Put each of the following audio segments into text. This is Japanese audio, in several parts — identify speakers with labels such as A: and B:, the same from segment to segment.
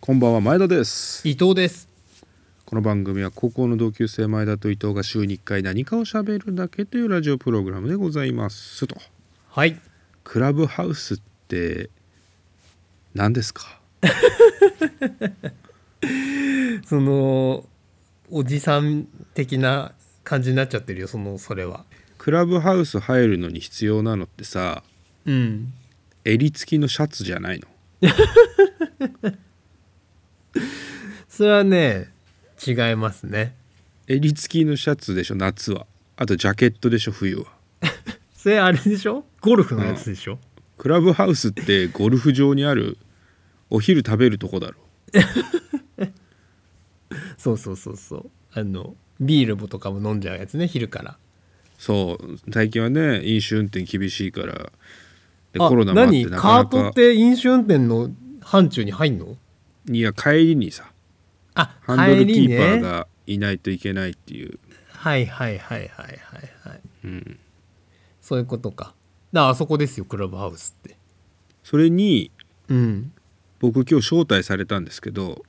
A: こんばんは前田です
B: 伊藤です
A: この番組は高校の同級生前田と伊藤が週に1回何かを喋るだけというラジオプログラムでございますと
B: はい
A: クラブハウスって何ですか
B: そのおじさん的な感じになっちゃってるよそのそれは
A: クラブハウス入るのに必要なのってさ
B: うん
A: 襟付きのシャツじゃないの
B: それはね違いますね
A: 襟付きのシャツでしょ夏はあとジャケットでしょ冬は
B: それあれでしょゴルフのやつでしょ、
A: クラブハウスってゴルフ場にあるお昼食べるとこだろ
B: そうそうそうそうあのビールとかも飲んじゃうやつね昼から
A: そう最近はね飲酒運転厳しいからで
B: あ
A: コロナもあって
B: 何
A: な
B: カ
A: か
B: ート
A: な
B: っ
A: か
B: て飲酒運転の範疇に入んの
A: いや帰りにさ
B: あ
A: ハンドル
B: 帰
A: キ
B: り
A: ーパー
B: ね
A: がいないといけないっていう、
B: はいはいはいはいはいはい
A: うん、
B: そういうことかだからあそこですよクラブハウスって
A: それに
B: うん
A: 僕今日招待されたんですけ ど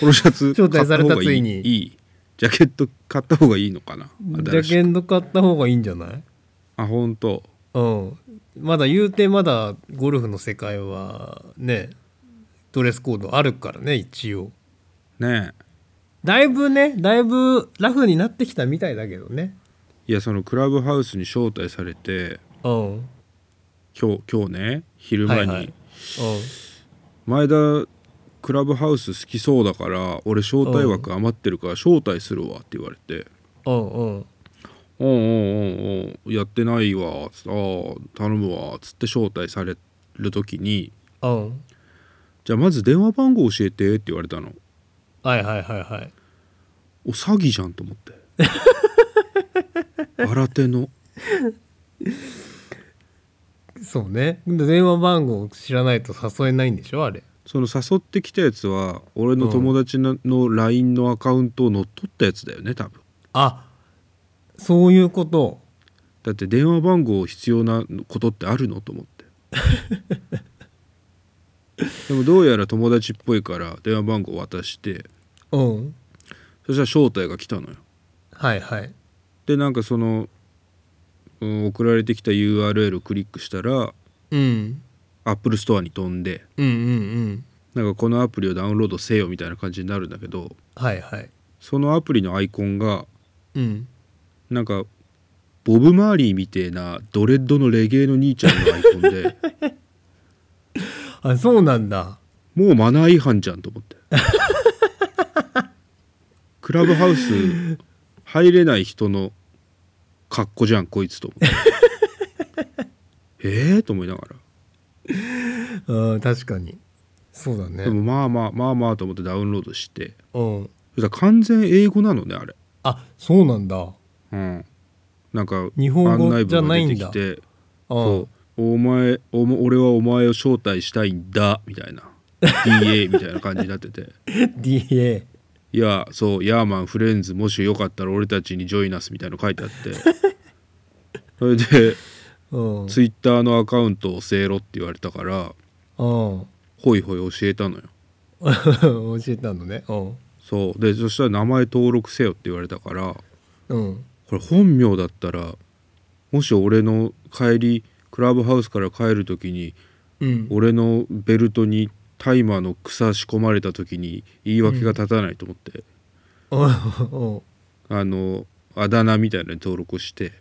A: このシャツ
B: 招待された
A: 買った方が
B: ついに
A: いいジャケット買った方がいいのかな
B: ジ
A: 新
B: ャ
A: しい
B: ケンド買った方がいいんじゃない
A: あ本当
B: うんまだ言うてまだゴルフの世界はねドレスコードあるからね一応
A: ねえ
B: だいぶねだいぶラフになってきたみたいだけどね
A: いやそのクラブハウスに招待されて
B: うんうん
A: 今日今日ね昼前に、
B: はいはい
A: 前田クラブハウス好きそうだから俺招待枠余ってるから招待するわって言われて
B: うんうん
A: 「おうおうおうおうやってないわ」つって「ああ頼むわ」つって招待される時に
B: うん
A: 「じゃあまず電話番号教えて」って言われたの
B: はいはいはいはい
A: お詐欺じゃんと思って 新手の
B: そうね電話番号知らないと誘えないんでしょあれ
A: その誘ってきたやつは俺の友達のの LINE のアカウントを乗っ取ったやつだよね多分
B: あそういうこと
A: だって電話番号必要なことってあるのと思って でもどうやら友達っぽいから電話番号渡して
B: うん
A: そしたら招待が来たのよ
B: はいはい
A: でなんかその、うん送られてきた URL をクリックしたら
B: うん
A: アップルストアに飛んで
B: うんうんうん
A: なんかこのアプリをダウンロードせよみたいな感じになるんだけど
B: はいはい
A: そのアプリのアイコンが
B: うん
A: なんかボブ・マーリーみてえなドレッドのレゲエの兄ちゃんのアイコンで
B: あそうなんだ
A: もうマナー違反じゃんと思って クラブハウス入れない人の格好じゃんこいつと思って ええと思いながら
B: うん確かにそうだね
A: でもまあまあまあまあと思ってダウンロードして
B: うん
A: そしたら完全英語なのねあれ
B: あそうなんだ
A: うんなんか
B: 日本語
A: 案内
B: じゃ
A: 文
B: な
A: が
B: い
A: 出て
B: ん
A: き
B: だ
A: て
B: うん
A: そうお前おも俺はお前を招待したいんだみたいな DA みたいな感じになってて
B: DA
A: いやそうヤーマンフレンズもしよかったら俺たちにジョイナスみたいなの書いてあって それで
B: うん
A: ツイッターのアカウントを教えろって言われたから
B: うん
A: ホイホイ教えたのよ
B: 教えたのねうん
A: そうでそしたら名前登録せよって言われたから
B: うん
A: これ本名だったらもし俺の帰りクラブハウスから帰る時に
B: うん
A: 俺のベルトにタイマーの草仕込まれた時に言い訳が立たないと思って、
B: うんうん
A: あのあだ名みたいなのに登録して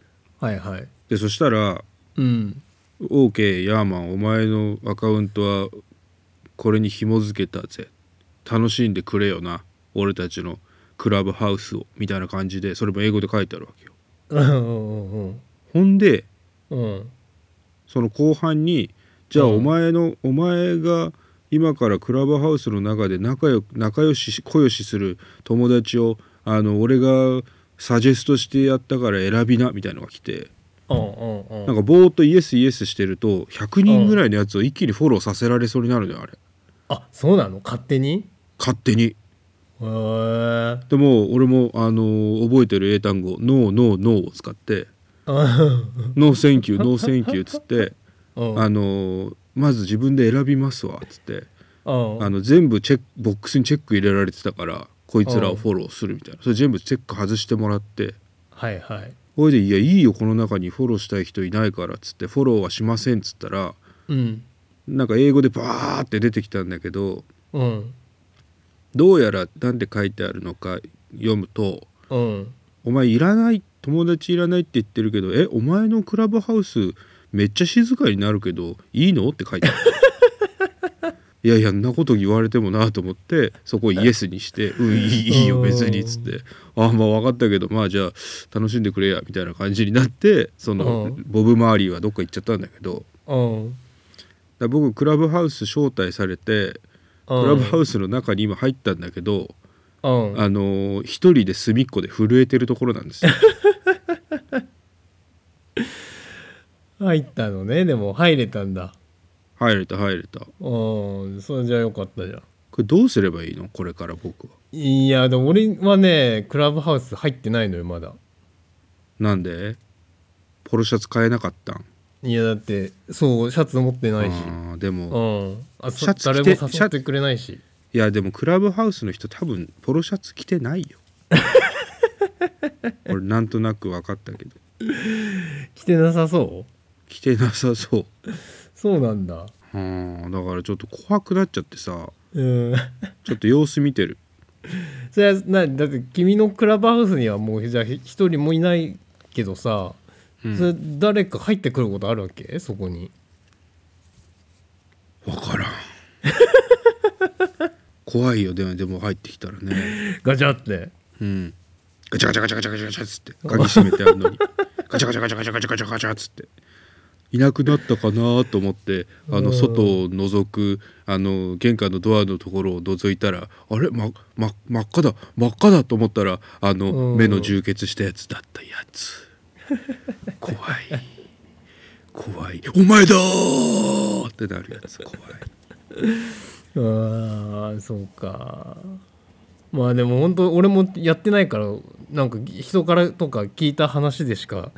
B: はいはい
A: でそしたら
B: うん
A: 「OK ヤーマンお前のアカウントはこれに紐付けたぜ楽しんでくれよな俺たちのクラブハウスを」みたいな感じでそれも英語で書いてあるわけよ。
B: うんうんうん
A: ほんで
B: うん
A: その後半にじゃあ
B: うん
A: お前の、お前が今からクラブハウスの中で仲よ仲良し小良しする友達をあの俺がサジェストしてやったから選びなみたいのが来て
B: うんうんうん
A: なんかぼーっとイエスイエスしてると100人ぐらいのやつを一気にフォローさせられそうになるのよあれ
B: あそうなの勝手に
A: 勝手に
B: へえ
A: でも俺もあの覚えてる英単語「ノーノーノー」を使って
B: うん
A: 「ノーセンキューノーセンキュー」っつって
B: うん
A: あのまず自分で選びますわ」っつって
B: うん
A: あの全部チェックボックスにチェック入れられてたからこいつらをフォローするみたいなそれ全部チェック外してもらって
B: はいはい
A: ほいで「いやいいよこの中にフォローしたい人いないから」っつって「フォローはしません」っつったら
B: うん
A: なんか英語でバーって出てきたんだけど
B: うん
A: どうやら何て書いてあるのか読むと
B: うん
A: 「お前いらない友達いらない」って言ってるけど「えお前のクラブハウスめっちゃ静かになるけどいいの?」って書いてある。 いやいやんなこと言われてもなと思ってそこをイエスに して「うんいいいいよ別に」っつって「あまあ分かったけどまあじゃあ楽しんでくれや」みたいな感じになってその
B: うん
A: ボブ・マーリーはどっか行っちゃったんだけど
B: うん
A: だから僕クラブハウス招待されてクラブハウスの中に今入ったんだけど、
B: うん
A: あのー一人で隅っこで震えてるところなんです よ
B: 入ったのねでも入れたんだ
A: 入れた入れたこ
B: うんそれじゃあよかったじゃん
A: れどうすればいいのこれから僕はい
B: やでも俺はねクラブハウス入ってないのよまだ
A: なんでポロシャツ買えなかったん
B: いやだってそうシャツ持ってないし
A: あーで
B: う
A: も
B: んあそ
A: シャツ着
B: 誰
A: て
B: も誘ってくれないし
A: いやでもクラブハウスの人多分ポロシャツ着て ないよ俺なんとなく分かったけど
B: 着てなさそう
A: 着てなさそう
B: そうなんだ
A: うんだからちょっと怖くなっちゃってさ
B: うん
A: ちょっと様子見てる
B: それはなだって君のクラブハウスにはもうじゃあひ一人もいないけどさ、
A: うん
B: それ誰か入ってくることあるわけそこに
A: 分から ん怖いよでもでも入ってきたらね
B: ガチャって
A: うんガチャガチャガチャガチャガチャガチャっつって鍵閉めてある のにガチャガチャガチャガチャガチャガチャガチャっつっていなくなったかなと思ってあ
B: うん
A: の外を覗くあの玄関のドアのところを覗いたらあれ、まま、真っ赤だ真っ赤だと思ったらあ
B: う
A: の
B: ん
A: 目の充血したやつだったやつ怖い怖いお前だーってなるやつ怖い
B: ああそうかまあでも本当俺もやってないからなんか人からとか聞いた話でしか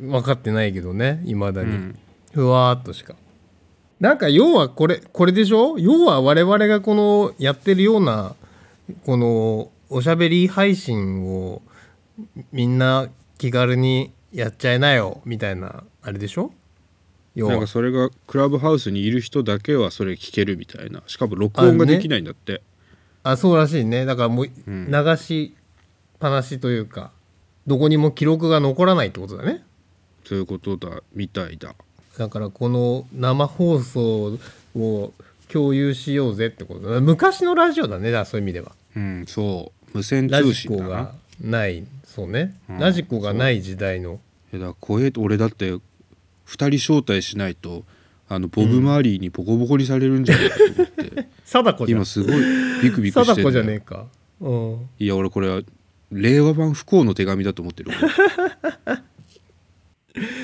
B: 分かってないけどねいまだに、
A: うん
B: ふわーっとしかなんか要はこれこれでしょ要は我々がこのやってるようなこのおしゃべり配信をみんな気軽にやっちゃいなよみたいなあれでしょ要
A: なん
B: は
A: かそれがクラブハウスにいる人だけはそれ聞けるみたいなしかも録音ができないんだって、
B: あそうらしいねだからもう
A: うん
B: 流しっぱなしというか、どこにも記録が残らないってことだね
A: ということだみたいだ
B: だからこの生放送を共有しようぜってことだ昔のラジオだねだからそういう意味では
A: うんそう無線
B: ラ
A: 通
B: ジコ
A: 信だな
B: がないそうね、
A: うん
B: ラジコがない時代の
A: いやだから声俺だって2人招待しないとあのボブ・マーリーにボコボコにされるんじゃないかと思 って、
B: 貞子じゃん
A: 今すごいビクビクして
B: 貞子じゃ
A: る、
B: ねえかうん
A: いや俺これは令和版不幸の手紙だと思ってる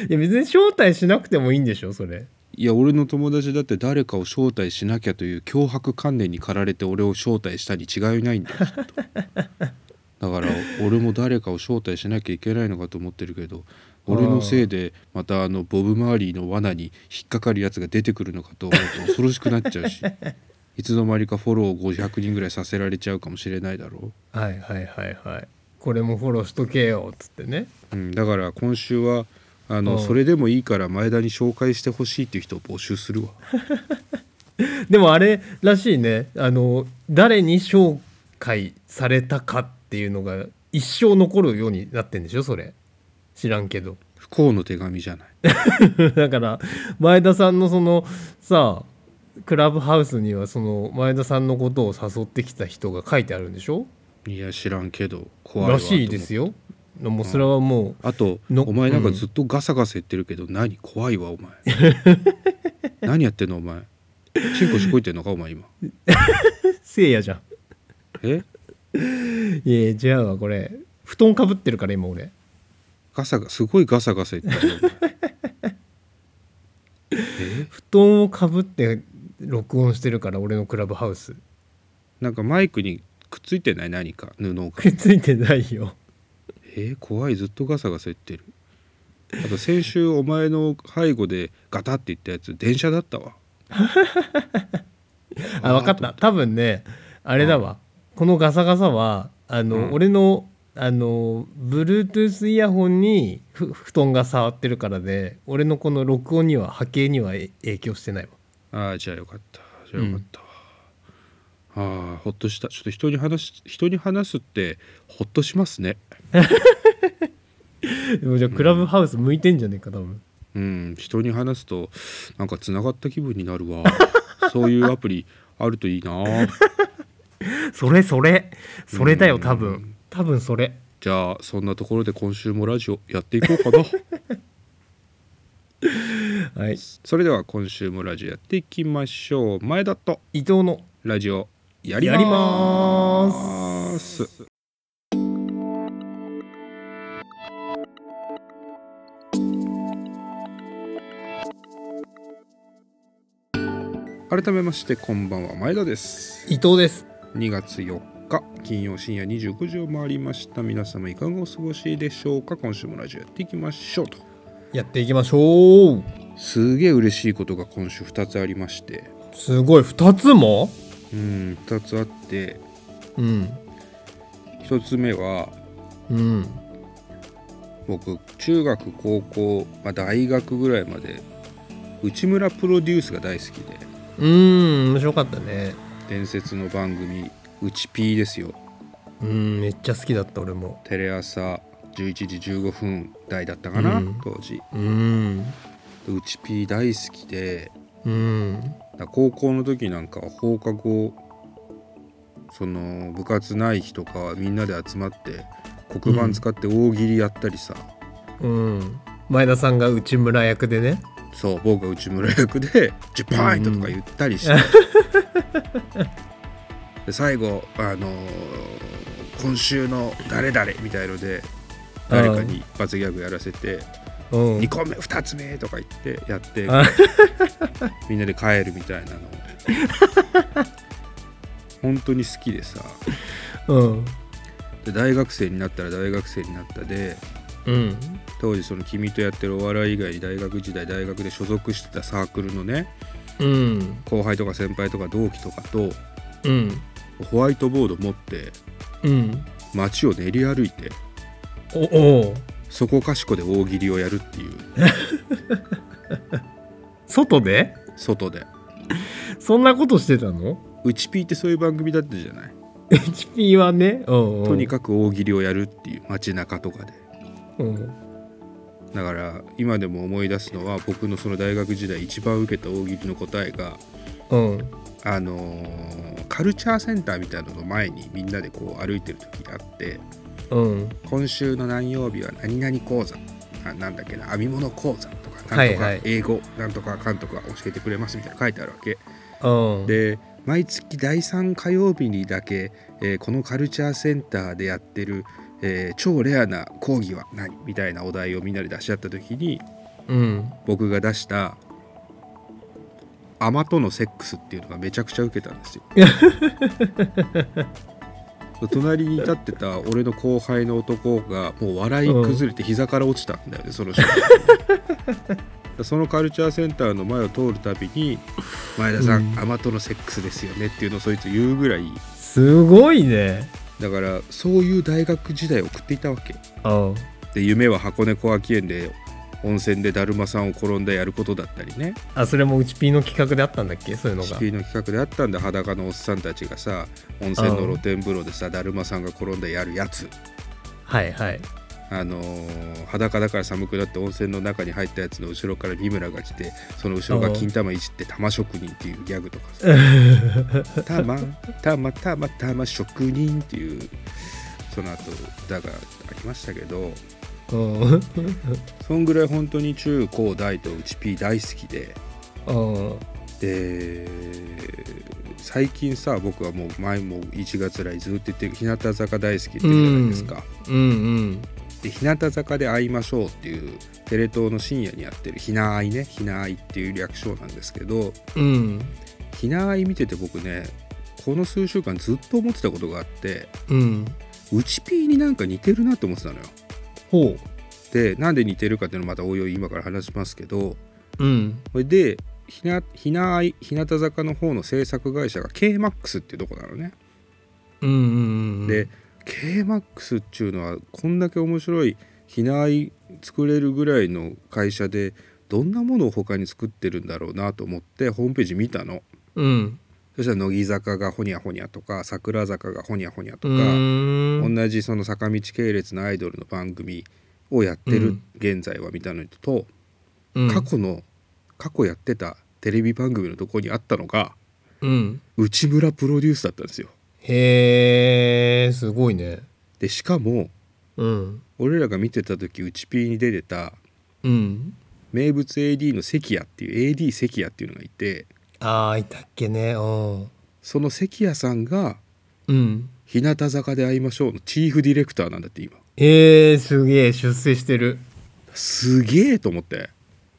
B: いや別に招待しなくてもいいんでしょそれ
A: いや俺の友達だって誰かを招待しなきゃという脅迫観念に駆られて俺を招待したに違いないんだよきっとだから俺も誰かを招待しなきゃいけないのかと思ってるけど俺のせいでまたあのボブ・マーリーの罠に引っかかるやつが出てくるのかと思うと恐ろしくなっちゃ うしいつの間にかフォローを500人ぐらいさせられちゃうかもしれないだろ
B: はいはいはいはいこれもフォローしとけよっつってね
A: う、うん、だから今週はあ
B: うん
A: のそれでもいいから前田に紹介してほしいっていう人を募集するわ。
B: でもあれらしいねあの誰に紹介されたかっていうのが一生残るようになってんでしょそれ知らんけど
A: 不幸の手紙じゃない
B: だから前田さんのそのさクラブハウスにはその前田さんのことを誘ってきた人が書いてあるんでしょ
A: いや知らんけど怖いわ
B: らしいですよもう それはも
A: あと
B: の
A: お前なん
B: う
A: か
B: ん
A: ずっとガサガサ言ってるけど、何怖いわ お前何やってんのお前チンコしこいてんのかお前今
B: うせいやじゃん
A: え
B: いやじゃあこれ布団かぶってるから今俺
A: ガサガすごいガサガサ言ってるよ お前え
B: 布団をかぶって録音してるから俺のクラブハウス
A: なんかマイクにくっついてない何か布が
B: くっついてないよ
A: えー怖いずっとガサガサ言ってるあと先週お前の背後でガタって言ったやつ電車だったわ
B: あ分かった多分ねあれだわこのガサガサはあの、
A: うん
B: 俺のあの Bluetooth イヤホンにふ布団が触ってるからで俺のこの録音には波形にはえ影響してないわ
A: ああじゃあよかったじゃあよかったわ、ああほっとしたちょっと人に話し人に話すってほっとしますね
B: でもじゃあクラブハウス向いてんじゃねえか多分
A: うん人に話すとなんかつながった気分になる わそういうアプリあるといいな
B: それそれそれだよ
A: うん
B: 多分多分それ
A: じゃあそんなところで今週もラジオやっていこうかな
B: はい
A: それでは今週もラジオやっていきましょう前田と
B: 伊藤の
A: ラジオやり
B: や
A: ま
B: りまー
A: ー
B: す
A: す改めましてこんばんは前田です
B: 伊藤です
A: 2月4日金曜深夜29時を回りました皆様いかがお過ごしでしょうか今週もラジオやっていきましょうと
B: やっていきましょう
A: すげえ嬉しいことが今週2つありまして
B: すごい2つも
A: うん2つあって
B: うん
A: 1つ目は
B: うん
A: 僕中学高校、まあ、大学ぐらいまで内村プロデュースが大好きで
B: うーん面白かったね
A: 伝説の番組「うちピー」ですよ
B: うんめっちゃ好きだった俺も
A: テレ朝11時15分台だったかな、
B: うん
A: 当時
B: うん
A: うちピー大好きで
B: うん
A: だから高校の時なんかは放課後その部活ない日とかはみんなで集まって黒板使って大喜利やったりさ、
B: うん前田さんが内村役でね
A: そう僕が内村役で「ジャパンイト!」とか言ったりして、で最後あのー今週の「誰々」みたいので誰かに一発ギャグやらせて
B: うん
A: 2個目2つ目とか言ってやって
B: あ
A: みんなで帰るみたいなの本当に好きでさ
B: うん
A: で大学生になったら大学生になったで
B: うん
A: 当時その君とやってるお笑い以外に大学時代大学で所属してたサークルのね
B: うん
A: 後輩とか先輩とか同期とかと
B: うん
A: ホワイトボード持って
B: うん
A: 街を練り歩いて
B: おおう
A: そこかしこで大喜利をやるっていう
B: 外で
A: 外で
B: そんなことしてたの
A: うちピーってそういう番組だったじゃない
B: HP はねうんうん
A: とにかく大喜利をやるっていう街中とかで
B: うん
A: だから今でも思い出すのは僕のその大学時代一番受けた大喜利の答えが
B: うん
A: あのーカルチャーセンターみたいなのの前にみんなでこう歩いてる時があって
B: うん
A: 今週の何曜日は何々講座あなんだっけな編み物講座とか
B: は
A: なん
B: い
A: とか
B: はい
A: 英語、なんとかかんとか教えてくれますみたいなの書いてあるわけ
B: うん
A: で毎月第3火曜日にだけ、えーこのカルチャーセンターでやってる、えー超レアな講義は何みたいなお題をみんなで出し合った時に
B: うん
A: 僕が出した「アマとのセックス」っていうのがめちゃくちゃウケたん ですよ。隣に立ってた俺の後輩の男がもう笑い崩れて膝から落ちたんだよね、その瞬 間そのカルチャーセンターの前を通るたびに「前田さん、
B: うん
A: アマとのセックスですよね」っていうのをそいつ言うぐらい
B: すごいね
A: だからそういう大学時代を送っていたわけ
B: うん
A: で夢は箱根小涌園で温泉でだるまさんを転んでやることだったりね
B: あそれもうち P の企画であったんだっけそういうの
A: 地
B: が
A: 球の企画であったんだ裸のおっさんたちがさ温泉の露天風呂でさだるまさんが転んでやるやつ
B: はいはい
A: あのー裸だから寒くなって温泉の中に入ったやつの後ろから三村が来てその後ろが金玉いじって玉職人っていうギャグとか さ玉玉玉玉職人っていうその後歌がありましたけど
B: うん
A: そんぐらい本当に中高大とうち P 大好きで
B: うん
A: で最近さ僕はもう前も1月来ずっと言ってる日向坂大好きって言うじゃないですか、
B: うん
A: で日向坂で会いましょうっていうテレ東の深夜にやってる「ひなあい」ね「ひなあい」っていう略称なんですけど
B: うんうん
A: 「ひなあい」見てて僕ねこの数週間ずっと思ってたことがあって
B: うん
A: うちピーになんか似てるなって思ってたのよ
B: ほう
A: てなんで似てるかっていうのをまたおいおい今から話しますけど
B: うん
A: それでひなひな日向坂の方の制作会社が KMAX っていうとこなのね。
B: うんうんうん
A: で KMAX っていうのはこんだけ面白い機内作れるぐらいの会社でどんなものを他に作ってるんだろうなと思ってホームページ見たの
B: うん
A: そしたら乃木坂がほにゃほにゃとか桜坂がほにゃほにゃ
B: う
A: とか
B: ーん
A: 同じその坂道系列のアイドルの番組をやって
B: う
A: る
B: ん
A: 現在はみたいなのと
B: うん
A: 過去の過去やってたテレビ番組のとこにあったのが
B: うん
A: 内村プロデュースだったんですよ。
B: へえすごいね
A: でしかも
B: うん
A: 俺らが見てた時うち P に出てた
B: うん
A: 名物 AD の関谷っていう AD 関谷っていうのがいて
B: ああいたっけねうん
A: その関谷さんが
B: うん
A: 日向坂で会いましょうのチーフディレクターなんだって今
B: えー、すげえ出世してる
A: すげえと思って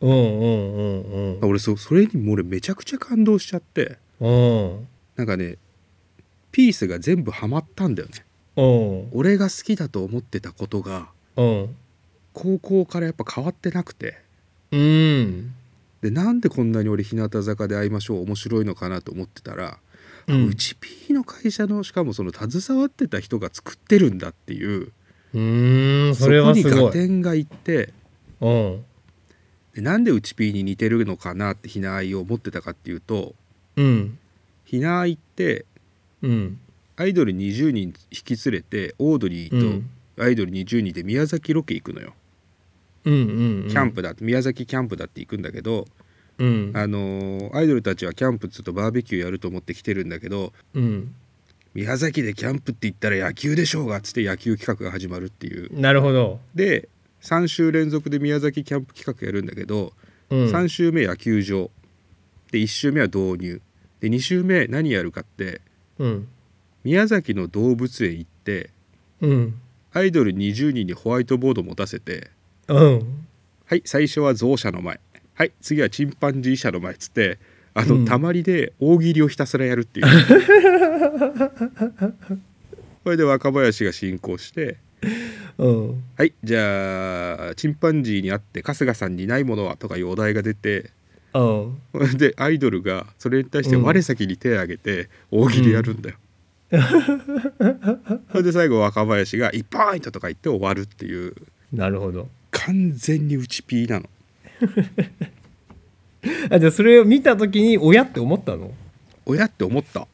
B: うんうんうん
A: 俺そそれにもう俺めちゃくちゃ感動しちゃって
B: うんうん
A: なんかねピースが全部ハマったんだよね
B: うん
A: 俺が好きだと思ってたことが
B: うん
A: 高校からやっぱ変わってなくて
B: うん
A: でなんでこんなに俺日向坂で会いましょう面白いのかなと思ってたら、う
B: うん
A: ち P の会社のしかもその携わってた人が作ってるんだっていう
B: うーんそれはす
A: こに
B: ご
A: 合
B: い
A: 点がいって
B: うん
A: でなんでうち P に似てるのかなってひなあいを持ってたかっていうと
B: うん
A: ひなあいって
B: うん
A: アイドル20人引き連れてオードリ
B: う
A: ー
B: ん
A: とアイドル20人で宮崎ロケ行くのよ、
B: うんうんうん
A: キャンプだって宮崎キャンプだって行くんだけど、
B: うん
A: あのーアイドルたちはキャンプっつうとバーベキューやると思って来てるんだけど
B: うん
A: 宮崎でキャンプって言ったら野球でしょうがっつって野球企画が始まるっていう
B: なるほど
A: で3週連続で宮崎キャンプ企画やるんだけど、
B: うん
A: 3週目野球場で1週目は導入で2週目何やるかって
B: うん
A: 宮崎の動物園行って
B: うん
A: アイドル20人にホワイトボード持たせて
B: うん
A: はい最初はゾウ舎の前はい次はチンパンジー舎の前っつってあの、
B: うん
A: たまりで大喜利をひたすらやるっていう それで若林が進行して
B: うん
A: はいじゃあチンパンジーに会って春日さんにないものはとかいうお題が出て
B: うん
A: ほん でアイドルがそれに対して我先に手を挙げて大喜利やるんだよ。それで最後若林が「1ポイント!」とか言って終わるっていう
B: なるほど
A: 完全に打ちピーなの。
B: あじゃあそれを見た時に親って思ったの
A: 親って思った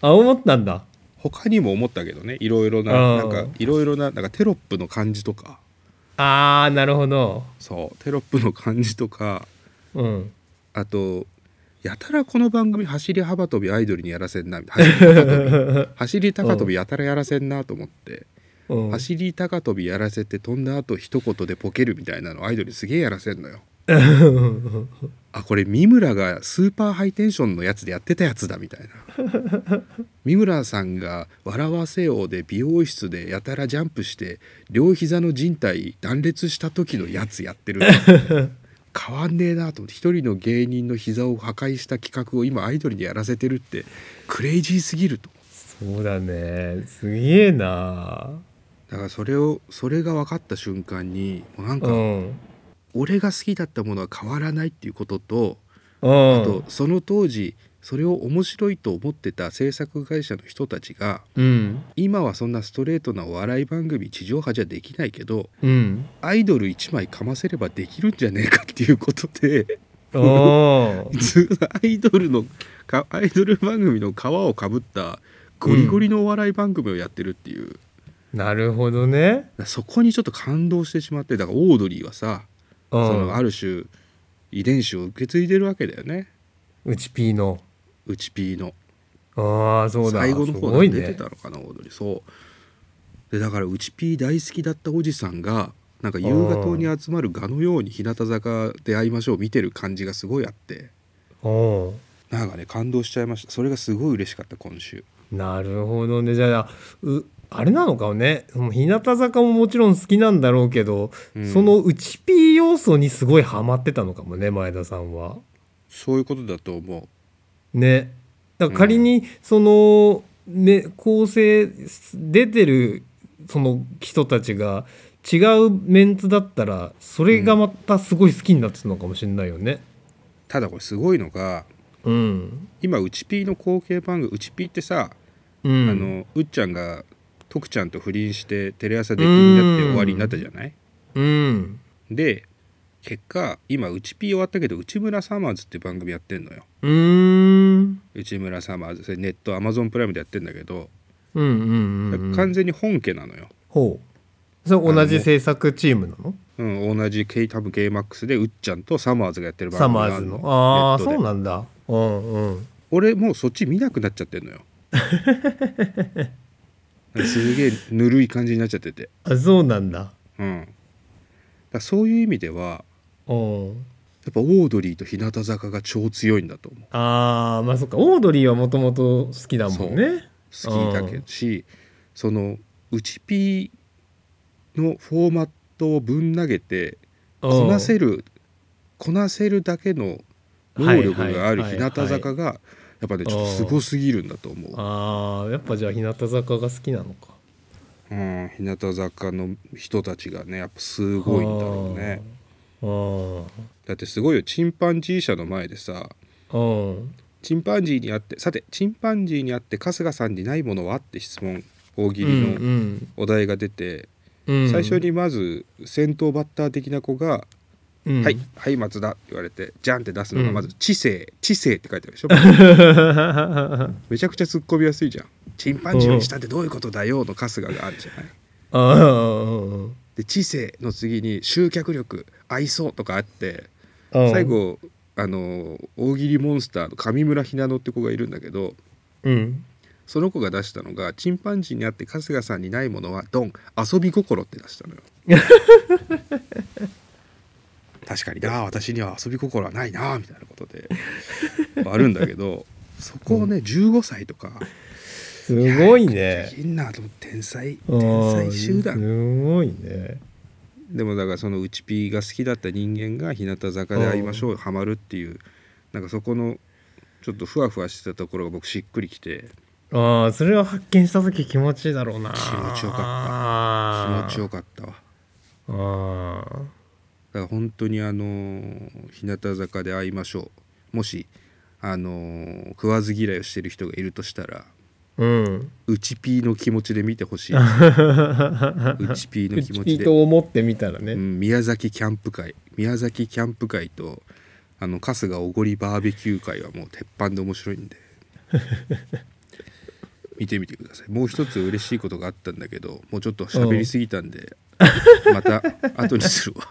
B: あ思ったんだ
A: 他にも思ったけどねいろいろな
B: あ
A: な
B: ー
A: んかいろいろななんかテロップの感じとか
B: あーなるほど
A: そうテロップの感じとか
B: うん
A: あとやたらこの番組走り幅跳びアイドルにやらせんなみたいな走り高跳び走り高跳びやたらやらせんなと思って。
B: うん
A: 走り高跳びやらせて飛んだ後一言でポケるみたいなのアイドルにすげえやらせんの よあこれ三村がスーパーハイテンションのやつでやってたやつだみたいな三村さんが「笑わせよう」で美容室でやたらジャンプして両膝の靭帯断裂した時のやつや ってる変わんねえなと思って一人の芸人の膝を破壊した企画を今アイドルにやらせてるってクレイジーすぎると
B: そうだねすげえな
A: だからそれをそれが分かった瞬間にもうなんか
B: うん
A: 俺が好きだったものは変わらないっていうことと、
B: うん
A: あとその当時それを面白いと思ってた制作会社の人たちが
B: うん
A: 今はそんなストレートなお笑い番組地上波じゃできないけど
B: うん
A: アイドル1枚かませればできるんじゃねえかっていうことで
B: おー
A: ずアイドルのかアイドル番組の皮をかぶったゴリゴリのお笑い番組をやってるっていう、だか
B: なるほどね
A: らそこにちょっと感動してしまってだからオードリーはさ、
B: う
A: その
B: ん
A: ある種遺伝子を受け継いでるわけだよね
B: うち P の
A: うち P の。
B: ああそうだ
A: 最後の
B: す
A: 方
B: ご
A: で
B: い
A: 出て
B: ね
A: たのかな、オードリーそうでだからうちピー大好きだったおじさんがなんか夕方に集まる蛾のように日向坂で会いましょう見てる感じがすごいあって
B: うん
A: なんかね感動しちゃいましたそれがすごい嬉しかった今週
B: なるほどねじゃあうあれなのかもねその日向坂ももちろん好きなんだろうけど、
A: うん
B: そのうち P 要素にすごいハマってたのかもね前田さんは。
A: そういうことだと思
B: ねだから仮にその、ね構成出てるその人たちが違うメンツだったらそれがまたすごい好きになってたのかもしれないよね
A: ただこれすごいのが
B: うん、
A: 今うちピーの後継番組うちピーってさ、
B: うん、
A: あのうっちゃんが徳ちゃんと不倫してテレ朝で気になって終わりになったじゃない
B: うん
A: で結果今うちピー終わったけど内村サマーズって番組やってんのよ
B: うーん
A: 内村サマーズそれネットアマゾンプライムでやってんだけど、
B: うんうんうんうん
A: 完全に本家なのよ、
B: ほうそれ同じ制作チームなの
A: うん、同じ K 多分 KMAX でうっちゃんとサマーズがやってる番
B: サ
A: 組
B: マ
A: があ
B: ーズ
A: るの
B: のああ
A: ネット
B: そ
A: で
B: うなんだうんうん
A: 俺もうそっち見なくなっちゃって んのよすげえぬるい感じになっちゃってて
B: あそうなんだ
A: うんだからそういう意味では
B: うん
A: やっぱオードリーと日向坂が超強いんだと思う
B: あーまあそっかオードリーはもともと好きだもんね
A: 好きだけどしそのうちピーのフォーマットをぶん投げてこなせ
B: る
A: るこなせるだけの能力がある
B: はい
A: 日
B: はいはいは
A: 向
B: い
A: 坂がやっぱねちょっとすごすぎるんだと思う、
B: あーやっぱじゃあ日向坂が好きなのか
A: うん、日向坂の人たちがねやっぱすごいんだろうね
B: あー
A: だってすごいよチンパンジー社の前でさ
B: あーうん
A: チンパンジーに会ってさてチンパンジーに会って春日さんにないものはって質問大喜利
B: う
A: の
B: ん
A: お題が出て、
B: うんうん
A: 最初にまず先頭バッター的な子が「
B: うん
A: はいはい松田」って言われてジャンって出すのがまず「知性知性」って書いてあるでしょめちゃくちゃ突っ込みやすいじゃんチンパンジーにしたってどういうことだよの春日があるじゃない
B: あー
A: で知性の次に集客力愛想とかあって
B: うん
A: 最後あの大喜利モンスターの上村ひなのって子がいるんだけど
B: うん
A: その子が出したのがチンパンジーにあって春日さんにないものはドン遊び心って出 したのよ確かにな私には遊び心はないなみたいなことであるんだけ どそこをね15歳とか
B: すごい
A: や
B: ね
A: できんなと思って天才
B: うん
A: 天才集団
B: すごいね
A: でもだからそのうちピーが好きだった人間が日向坂で会いましょうハマるっていうなんかそこのちょっとふわふわしてたところが僕しっくりきて
B: ああそれを発見した時気持ちいいだろうな気
A: 持ちよかった気
B: か
A: 持ちよかったわ。
B: あー
A: だから本当にあのー日向坂で会いましょうもしあのー食わず嫌いをしてる人がいるとしたら
B: うん
A: うちピーの気持ちで見てほしいうちピーの気持
B: い
A: ち
B: い
A: で、
B: と思ってみたら
A: う
B: ね、
A: ん、宮崎キャンプ会宮崎キャンプ会とあの春日おごりバーベキュー会はもう鉄板で面白いん で見てみてくださいもう一つ嬉しいことがあったんだけどもうちょっと喋りすぎたんでまた後にす るわ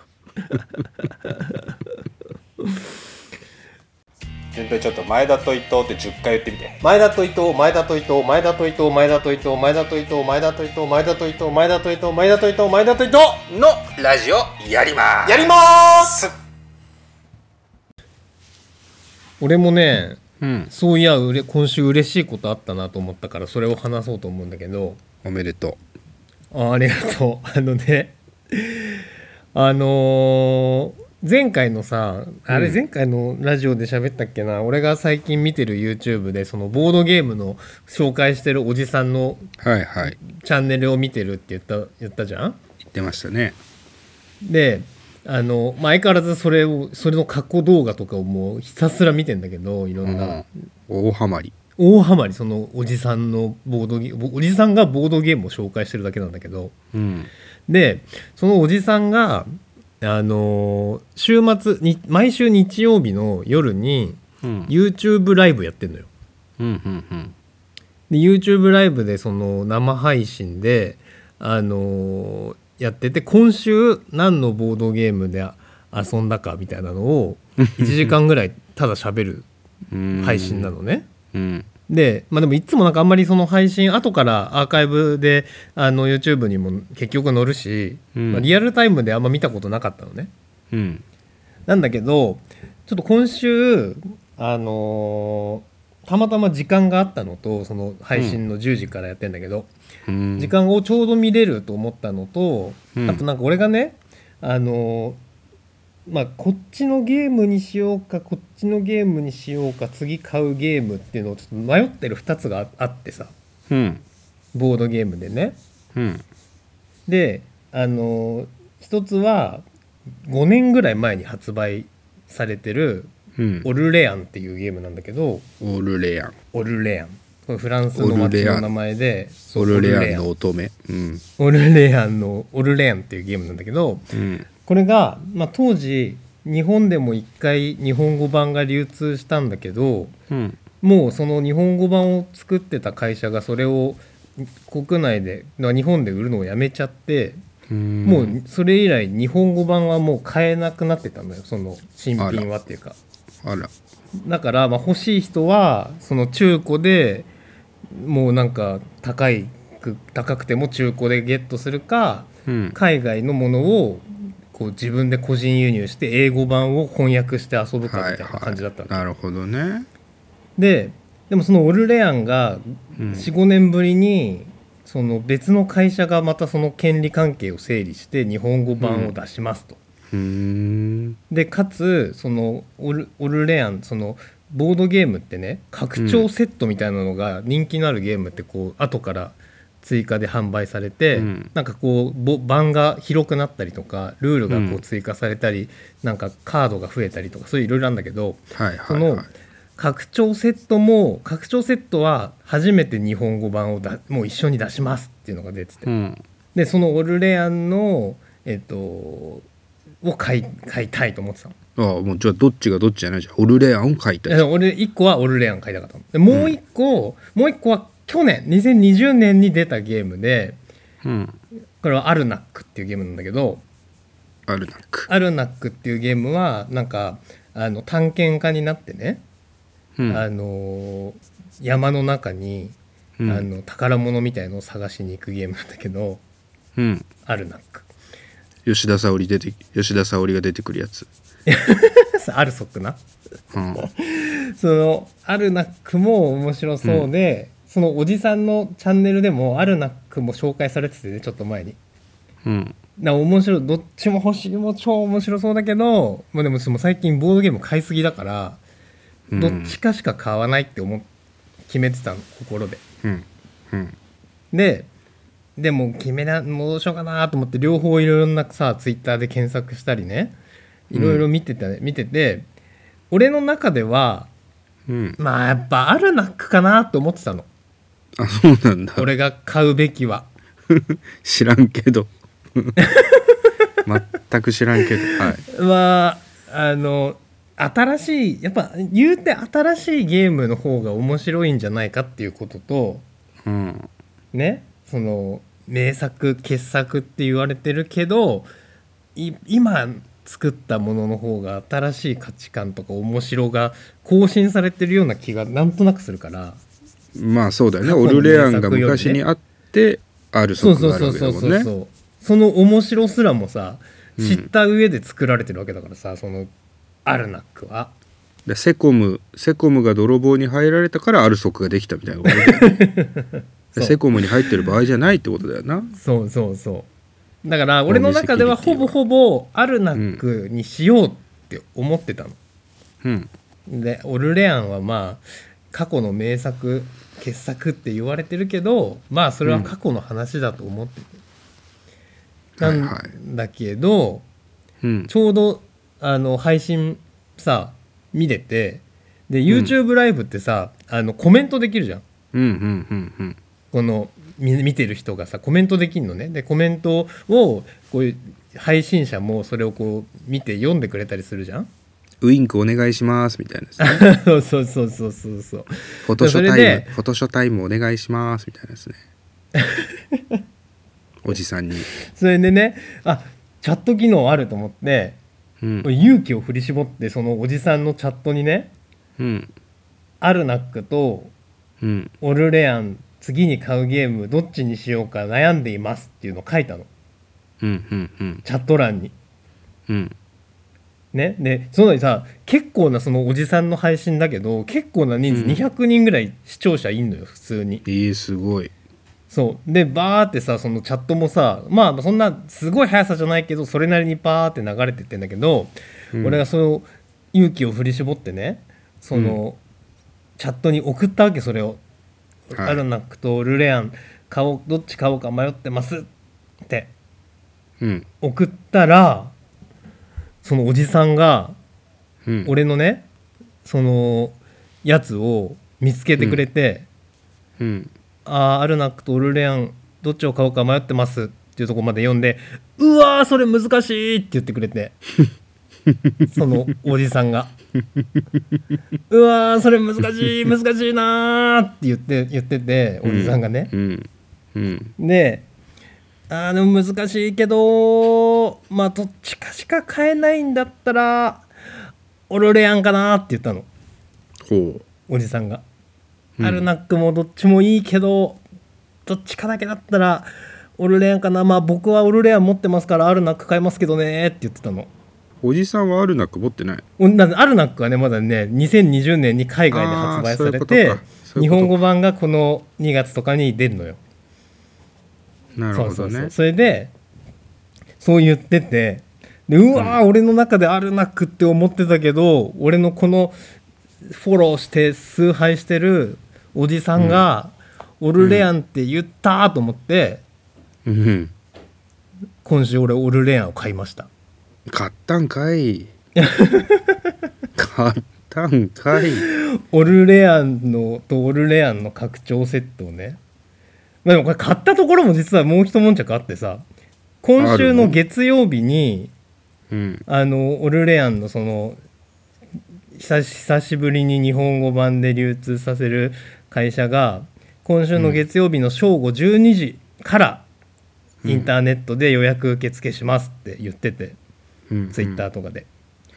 A: 全体ちょっと前田と伊藤って10回言ってみて
B: 前田と伊藤前田と伊藤前田と伊藤前田と伊藤前田と伊藤前田と伊藤前田と伊藤前田と伊藤前田と伊藤前田と伊藤
A: のラジオやります
B: やりまーす俺もね
A: うん
B: そういやうれ今週嬉しいことあったなと思ったからそれを話そうと思うんだけど
A: おめでと
B: あありがとう あのねあのー前回のさあれ
A: うん
B: 前回のラジオで喋ったっけな、俺が最近見てる YouTube でそのボードゲームの紹介してるおじさんの
A: うはいはい
B: チャンネルを見てるって言った言ったじゃん
A: 言ってましたね
B: であのまあ相変わらずそれをそれの過去動画とかをもうひたすら見てんだけどいろんな、
A: 大ハマり
B: 大ハマりそのおじさんのボードゲームおじさんがボードゲームを紹介してるだけなんだけど
A: うん
B: でそのおじさんがあのー週末に毎週日曜日の夜に
A: うん
B: YouTube ライブやってんのよ。
A: うんうん
B: で YouTube ライブでその生配信で、あのーやってて今週何のボードゲームで遊んだかみたいなのを1時間ぐらいただ喋
A: うんう
B: る
A: ん
B: 配信なのね。
A: うん
B: で、まあ、でもいつもなんかあんまりその配信後からアーカイブであの YouTube にも結局載るし、
A: うん
B: まあリアルタイムであんま見たことなかったのね
A: うん
B: なんだけどちょっと今週あのーたまたま時間があったのとその配信の10時からやってんだけど、
A: うん
B: 時間をちょうど見れると思ったのと、
A: うん
B: あとなんか俺がねあのまあこっちのゲームにしようかこっちのゲームにしようか次買うゲームっていうのをちょっと迷ってる2つがああってさ
A: うん
B: ボードゲームでね
A: うん
B: であの一つは5年ぐらい前に発売されてる
A: うん
B: 「オルレアン」っていうゲームなんだけど、
A: オルレアン
B: オルレアンこれフランスの街の名前で
A: オルレアンの
B: そう
A: 乙女うん
B: オルレアンのオルレアンっていうゲームなんだけど
A: うん
B: これが、まあ、当時日本でも一回日本語版が流通したんだけど
A: うん
B: もうその日本語版を作ってた会社がそれを国内でまあ日本で売るのをやめちゃって
A: うん
B: もうそれ以来日本語版はもう買えなくなってたんだよその新
A: あら
B: 品はっていうか
A: あら
B: だからまあ欲しい人はその中古でもうなんか高いく高くても中古でゲットするか
A: うん
B: 海外のものをこう自分で個人輸入して英語版を翻訳して遊ぶかみたいな感じだったの、
A: なるほどね
B: ででもそのオルレアンが
A: うん
B: 45年ぶりにその別の会社がまたその権利関係を整理して日本語版を出しますと。
A: うん
B: でかつそのオルオルレアンそのボードゲームってね拡張セットみたいなのが人気のあるゲームってこう後から追加で販売されて、
A: うん
B: なんかこうぼ盤が広くなったりとかルールがこ
A: う
B: うん追加されたり、なんかカードが増えたりとかそういういろいろなんだけど
A: はい
B: そ
A: はい
B: の
A: はい
B: 拡張セットも拡張セットは初めて日本語版をだもう一緒に出しますっていうのが出てて、
A: うん
B: でそのオルレアンのえっとを買い買いたいと思ってたの。
A: ああもうじゃあどっちがどっちじゃないじゃんオルレアンを書いた
B: いや俺1個はオルレアン買いたかったのでもう1個、もう一個は去年2020年に出たゲームで
A: うん
B: これはアルナックっていうゲームなんだけど
A: あるなく
B: アルナックっていうゲームはなんかあの探検家になってね、
A: うん
B: あのー山の中に、
A: うん
B: あの宝物みたいのを探しに行くゲームなんだけど
A: うん
B: アルナック
A: 吉田沙保里出て吉田沙保里が出てくるやつ
B: アルソックな
A: うん
B: そのアルナックも面白そうで、そのおじさんのチャンネルでもアルナックも紹介されててねちょっと前に。
A: うん
B: な面白いどっちも欲しいも超面白そうだけど、まあ、でもその最近ボードゲーム買いすぎだから、
A: うん
B: どっちかしか買わないって思っ決めてたの心で
A: うんうん
B: ででも決めなもうどうしようかなと思って両方いろいろなさツイッターで検索したりねいろいろ見てた、ね見てて俺の中では
A: うん
B: まあやっぱアルナックかなと思ってたの
A: あそうなんだ
B: 俺が買うべきは
A: 知らんけど全く知らんけどはい
B: はあの新しいやっぱ言うて新しいゲームの方が面白いんじゃないかっていうことと
A: うん
B: ねその名作傑作って言われてるけどい今作ったものの方が新しい価値観とか面白が更新されてるような気がなんとなくするから
A: まあそうだよね
B: 過去
A: オ
B: の
A: ルレアン
B: 名
A: が
B: 作よりね
A: 昔にあってある
B: そう
A: 作
B: そう
A: がある
B: そう
A: わけ
B: そ
A: だも
B: うそ
A: んね
B: うそうその面白すらもさ
A: うん
B: 知った上で作られてるわけだからさ、そのアルナックは。
A: でセコムセコムが泥棒に入られたからある足ができたみたいなことだよね
B: そう
A: セコムに入ってる場合じゃないってことだよな
B: そうそうそうだから俺の中ではほぼほぼアルナックにしようって思ってたの、
A: うん
B: でオルレアンはまあ過去の名作傑作って言われてるけどまあそれは過去の話だと思ってて、
A: うん
B: な
A: はいはい
B: んだけど、
A: うん
B: ちょうどあの配信さ見れてで YouTube ライブってさ、あのコメントできるじゃん
A: うんうんうんうん
B: このみ見てる人がさコメントできるのねでコメントをこういう配信者もそれをこう見て読んでくれたりするじゃん
A: ウインクお願いしますみたいなやつね
B: そうそうそうそうそうそう
A: フォトショ
B: そ
A: タ
B: れ
A: イ
B: で
A: ムフォトショタイムお願いしますみたいなやつね おじさんに、
B: それでねあチャット機能あると思って
A: うん
B: 勇気を振り絞ってそのおじさんのチャットにね
A: うん
B: アルナックと
A: うん、
B: オルレアン次に買うゲームどっちにしようか悩んでいますっていうのを書いたの
A: うんうんうん
B: チャット欄に
A: うん
B: ね、でそのにさ結構なそのおじさんの配信だけど結構な人数
A: うん
B: 200人ぐらい視聴者いんのよ普通に
A: いいすごい
B: そうでバーってさそのチャットもさまあそんなすごい速さじゃないけどそれなりにバーって流れてってんだけど、
A: うん
B: 俺がその勇気を振り絞ってねその、チャットに送ったわけそれを「
A: はい
B: アルナックとルレアン買おうどっち買おうか迷ってます」って
A: うん
B: 送ったらそのおじさんが
A: うん
B: 俺のねそのやつを見つけてくれて
A: うん
B: 「あーアルナックとオルレアンどっちを買おうか迷ってます」っていうとこまで読んで「うわーそれ難しい!」って言ってく れてそのおじさんが「うわーそれ難しい難しいなー」って言って言ってておじさんがね、
A: うんうん
B: であーでも難しいけどまあどっちかしか買えないんだったらオルレアンかなって言ったの
A: ほ
B: おじさんが、
A: うん
B: アルナックもどっちもいいけどどっちかだけだったらオルレアンかなまあ僕はオルレアン持ってますからアルナック買いますけどねって言ってたの
A: うおじさんはあるなく持ってない
B: おなんでアルナックはねまだね2020年に海外で発売さ
A: あーそう
B: れ
A: い
B: て
A: うことかそうい
B: 日
A: うことか
B: 本語版がこの2月とかに出るのよ
A: なるほどね
B: そうそうそうそれでそう言っててでうわー、俺の中であるなくって思ってたけど俺のこのフォローして崇拝してるおじさんが「オルレアン」って言ったと思って、
A: うん
B: 今週俺オルレアンを買いました
A: 買ったんか い買ったんかい
B: オルレアンのとオルレアンの拡張セットをねまあでもこれ買ったところも実はもう一悶着あってさ今週の月曜日に
A: うん
B: あのオルレアンのその久し久しぶりに日本語版で流通させる会社が今週の月曜日の正午12時からインターネットで予約受付しますって言ってて、
A: うん
B: ツイッターとかで。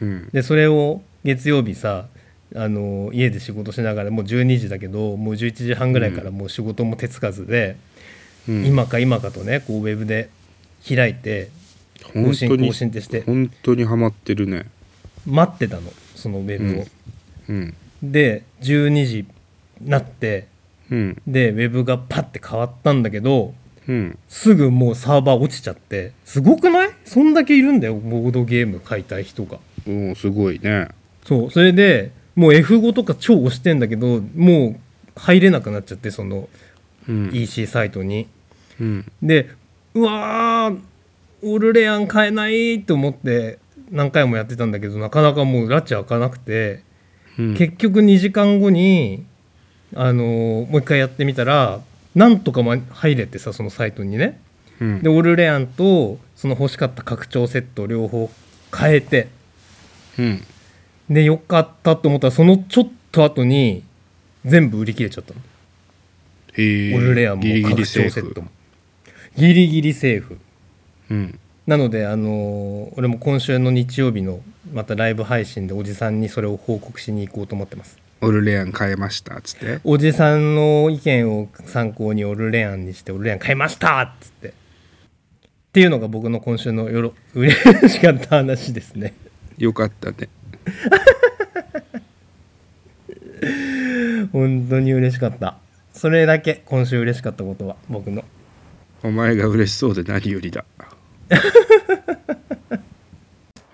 A: うん
B: でそれを月曜日さあの家で仕事しながらもう12時だけどもう11時半ぐらいからもう仕事も手つかずで、
A: うん
B: 今か今かとねこうウェブで開いて更
A: 本
B: 新
A: 当に
B: 更新ってして
A: 本当にハマってるね
B: 待ってたのそのウェブを。
A: うん
B: で12時になって
A: うん
B: でウェブがパッて変わったんだけど
A: うん
B: すぐもうサーバー落ちちゃってすごくないそんだけいるんだよボードゲーム買いたい人が
A: おおすごいね
B: そうそれでもう F5 とか超押してんだけどもう入れなくなっちゃってその
A: うん
B: EC サイトに
A: うん
B: でうわーオルレアン買えないと思って何回もやってたんだけどなかなかもうラチ開かなくて
A: うん
B: 結局2時間後に、あのーもう一回やってみたらなんとかま入れてさそのサイトにね
A: うん
B: でオルレアンとその欲しかった拡張セットを両方変えて
A: うん
B: でよかったと思ったらそのちょっと後に全部売り切れちゃったの、
A: へえ
B: オルレアンも
A: ギリギ
B: 拡
A: リ
B: 張セ
A: セー
B: ット
A: フ
B: もギリギリセーフ
A: うん
B: なので、あのー俺も今週の日曜日のまたライブ配信でおじさんにそれを報告しに行こうと思ってます
A: オルレアン変えましたっつって
B: おじさんの意見を参考にオルレアンにしてオルレアン買いましたっつってっていうのが僕の今週のよろ 嬉しかった話ですね
A: よかったね
B: 本当に嬉しかったそれだけ今週嬉しかったことは僕の
A: お前が嬉しそうで何よりだ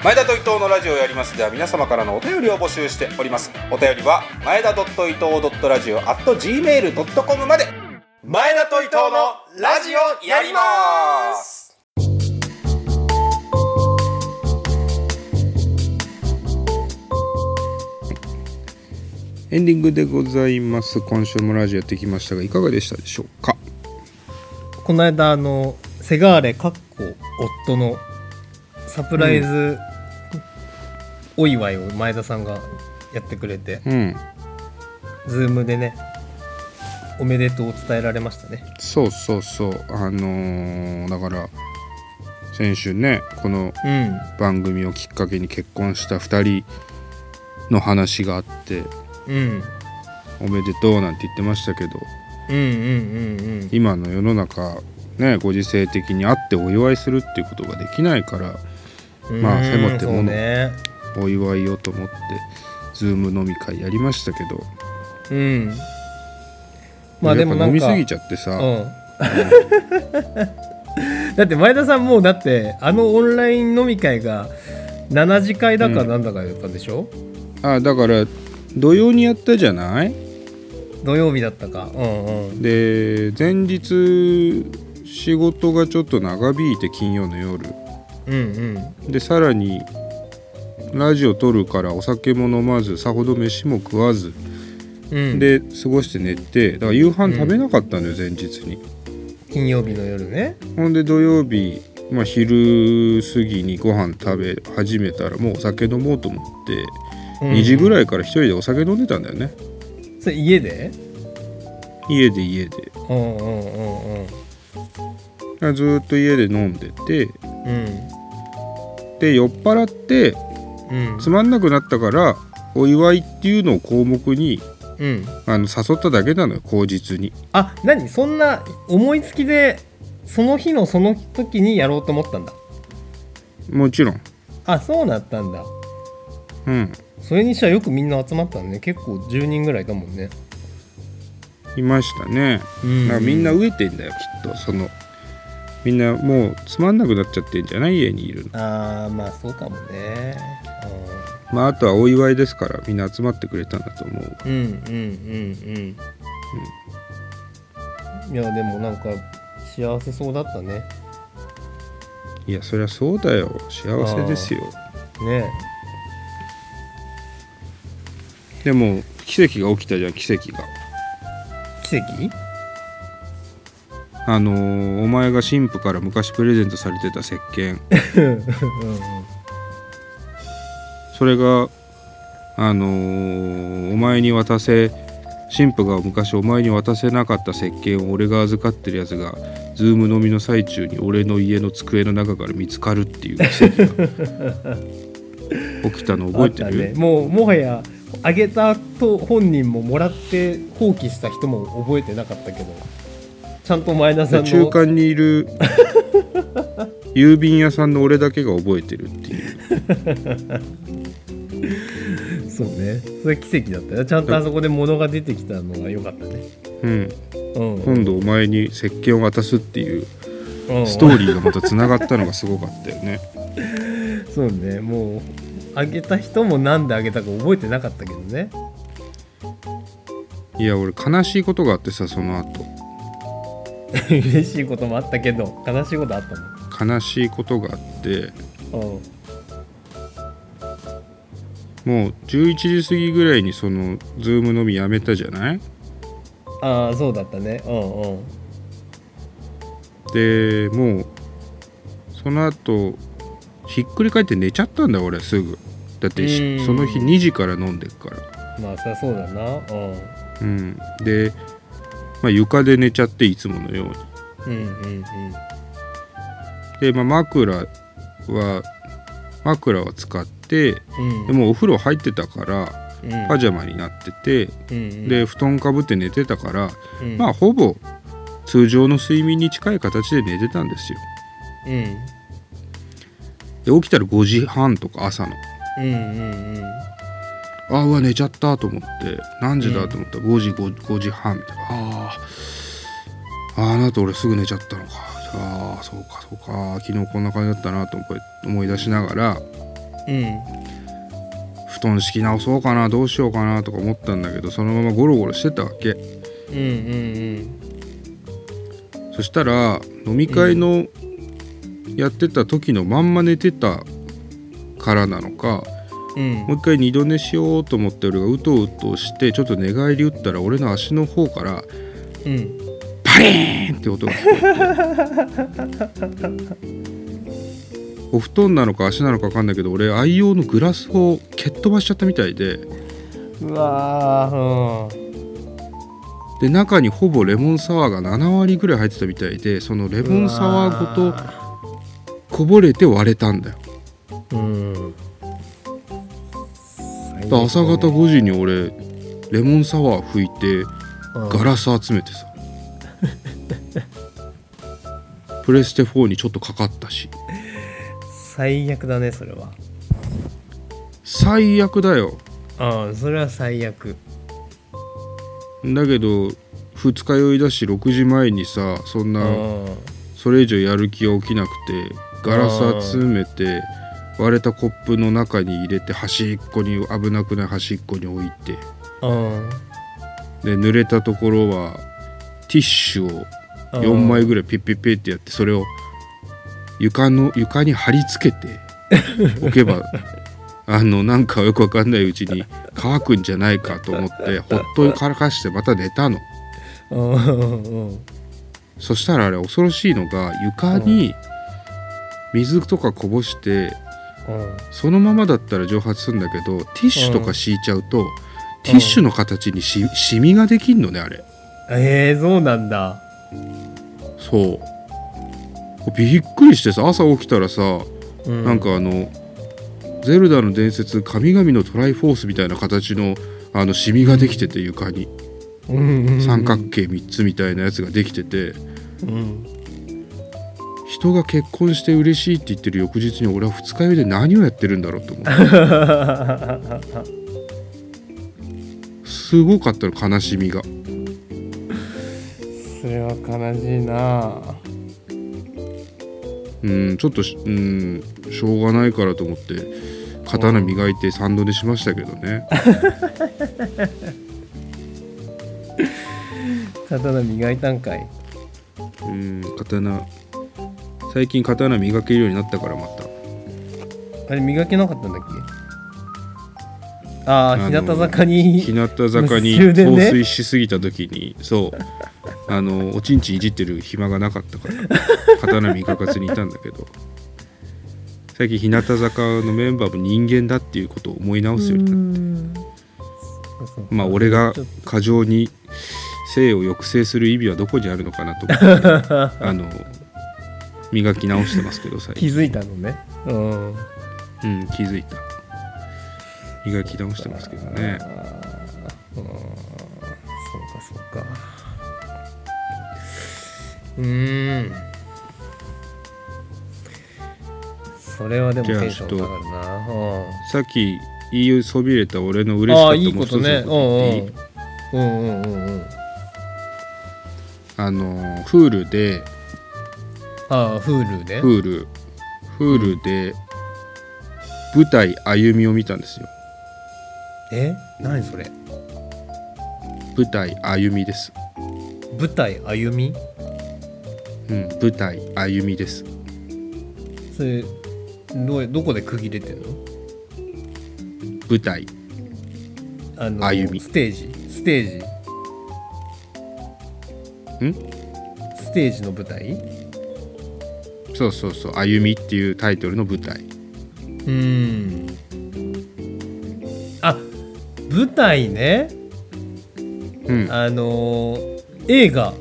C: 前田と伊藤のラジオをやりますでは皆様からのお便りを募集しておりますお便りは前田伊藤ラジオ at gmail.com まで前田と伊藤のラジオやります
A: エンディングでございます今週もラジオやってきましたがいかがでしたでしょうか
B: この間あのセガーレかっこ夫のサプライズお祝いを前田さんがやってくれて、
A: うん
B: ズームでねおめでとうを伝えられましたね
A: そうそうそうあのーだから先週ねこの
B: うん
A: 番組をきっかけに結婚した2人の話があって
B: うん
A: おめでとうなんて言ってましたけど
B: うんうんうんうん
A: 今の世の中ねご時世的に会ってお祝いするっていうことができないからまあ
B: うーん
A: せめてもの
B: そうね
A: お祝いをと思ってズーム飲み会やりましたけど
B: うんまあでもな
A: やっぱ
B: ん
A: 飲み
B: か
A: すぎちゃってさ、
B: うん、 だって前田さんもうだってあのオンライン飲み会が7次会だかなんだかだったでしょ、
A: あだから土曜にやったじゃない
B: 土曜日だったかうんうん
A: で前日仕事がちょっと長引いて金曜の夜
B: うんうん
A: でさらにラジオ撮るからお酒も飲まずさほど飯も食わず
B: うん
A: で過ごして寝てだから夕飯食べなかったのよ前日に。
B: 金曜日の夜ね
A: ほんで土曜日、まあ、昼過ぎにご飯食べ始めたらもうお酒飲もうと思って、
B: うん
A: 2時ぐらいから一人でお酒飲んでたんだよね
B: それ家で
A: 家で家で
B: うんうんうんうん
A: ずーっと家で飲んでて
B: うん
A: で酔っ払って
B: うん
A: つまんなくなったからお祝いっていうのを項目に
B: うん
A: あの誘っただけなのよ口実に
B: あ何そんな思いつきでその日のその時にやろうと思ったんだ
A: もちろん
B: あそうなったんだ
A: うん
B: それにしてはよくみんな集まったね結構10人ぐらいだもんね
A: いましたね、
B: うん
A: だからみんな飢えてんだよきっとそのみんなもうつまんなくなっちゃってんじゃない家にいるの
B: あーまあそうかもね
A: まあ、あとはお祝いですからみんな集まってくれたんだと思う
B: うんうんうんうんうんいやでもなんか幸せそうだったね
A: いやそりゃそうだよ幸せですよ
B: ね
A: でも奇跡が起きたじゃん奇跡が
B: 奇跡
A: あのーお前が神父から昔プレゼントされてた石鹸それがあのーお前に渡せ神父が昔お前に渡せなかった石鹸を俺が預かってるやつがズーム飲みの最中に俺の家の机の中から見つかるって いう奇跡が起きたの覚えて
B: あった
A: る
B: ねもうもはやあげたと本人ももらって放棄した人も覚えてなかったけどちゃんと前田さんの
A: 中間にい る郵便屋さんの俺だけが覚えてるっていう
B: そうねそれ奇跡だったよちゃんとあそこで物が出てきたのが良かったね
A: うん、
B: うん、
A: 今度お前に石鹸を渡すっていう
B: うん
A: ストーリーがまたつながったのがすごかったよ ね
B: そうねもうあげた人もなんであげたか覚えてなかったけどね
A: いや俺悲しいことがあってさその後
B: 嬉しいこともあったけど悲しいことあった
A: 悲しいことがあって
B: の
A: もう11時過ぎぐらいにそのズーム飲みやめたじゃない
B: ああそうだったねうんうん
A: でもうその後ひっくり返って寝ちゃったんだよ俺すぐだってし
B: うん
A: その日2時から飲んでっから
B: まあそりゃそうだなうん
A: うん、で、まあ、床で寝ちゃっていつものように
B: うんうん
A: で、まあ、枕は枕は使って
B: うん
A: でもうお風呂入ってたから
B: うん
A: パジャマになってて
B: うん
A: で布団かぶって寝てたから
B: うん
A: まあほぼ通常の睡眠に近い形で寝てたんですよ
B: うん
A: で起きたら5時半とか朝の
B: うんうんうん
A: ああうわ寝ちゃったと思って何時だと思ったら5時 5, 5時半みたいなあーあーあなた俺すぐ寝ちゃったのかああそうかそうか昨日こんな感じだったなと思い思い出しながら
B: うん
A: 布団敷き直そうかなどうしようかなとか思ったんだけどそのままゴロゴロしてたわけ
B: うんうん
A: そしたら飲み会のやってた時のまんま寝てたからなのか
B: うん
A: もう一回二度寝しようと思って俺がうとうとしてちょっと寝返り打ったら俺の足の方から
B: うん
A: パリーンって音が聞こえてお布団なのか足なのか分かんないけど俺愛用のグラスを蹴っ飛ばしちゃったみたいで
B: うわーうん
A: で中にほぼレモンサワーが7割ぐらい入ってたみたいでそのレモンサワーごとこぼれて割れたんだよ
B: とうん
A: だから朝方5時に俺レモンサワー拭いてガ
B: ガ
A: ラス集めて さプレステ4にちょっとかかったし
B: 最悪だねそれは
A: 最悪だよ
B: うんそれは最悪
A: だけど二日酔いだし6時前にさそん
B: う
A: なんそれ以上やる気が起きなくてガラス集めて割れたコップの中に入れて端っこに危なくない端っこに置いて
B: うん
A: で濡れたところはティッシュを
B: うん
A: 4枚ぐらいピッピッピッってやってそれを床の床に貼り付けておけばあのなんかよくわかんないうちに乾くんじゃないかと思ってほっとからかしてまた寝たの
B: うんうんうん
A: そしたらあれ恐ろしいのが床に水とかこぼして
B: うん
A: そのままだったら蒸発するんだけどティッシュとか敷いちゃうと、ティッシュの形にしシミができんのねあれ
B: ええそうなんだ
A: そうびっくりしてさ朝起きたらさ
B: うん
A: なんかあの「ゼルダの伝説神々のトライフォース」みたいな形のあのシミができてて床に
B: うんうんうん
A: 三角形3つみたいなやつができてて
B: うん
A: 人が結婚して嬉しいって言ってる翌日に俺は二日酔いで何をやってるんだろうと思ってすごかったの悲しみが
B: それは悲しいな
A: うんちょっとしうんしょうがないからと思って刀磨いて三度寝しましたけどね
B: 刀磨いたんかい
A: うん刀最近刀磨けるようになったからまた
B: あれ磨けなかったんだっけああ
A: あの
B: 日向坂に
A: 日向坂に
B: 無数で
A: 陶
B: ね
A: 酔しすぎた時に、そうあのおちんちんいじってる暇がなかったから刀磨かずにいたんだけど最近日向坂のメンバーも人間だっていうことを思い直すようになって
B: そうそう
A: まあ俺が
B: ちょっ
A: 過剰に性を抑制する意味はどこにあるのかなと 思ってあの磨き直してますけど最
B: と気
A: 近、
B: づいたのねうん
A: うん、気づいた磨き直してますけどね
B: あーうんそうかそうかうーんそれはでもテンション上がるなうん
A: さっき言いそびれた俺の嬉し
B: あ
A: か
B: あ
A: っ
B: い
A: た
B: い
A: もう
B: こ
A: 一つの
B: とね
A: 言っていい
B: うんうんうんうんうんうん
A: あのー Hulu で
B: ああ Hulu ね
A: Hulu Hulu で舞台「歩み」を見たんですよ
B: え何それ
A: 舞台「歩み」です、
B: 舞台歩み
A: うん、舞台「歩み」です
B: それどうどこで区切れてんの
A: 舞台
B: あの
A: 歩み
B: ステージステージ
A: ん
B: ステージの舞台う
A: そうそうそう「歩み」っていうタイトルの舞台
B: ーんあ舞台ね
A: うん
B: あのー映画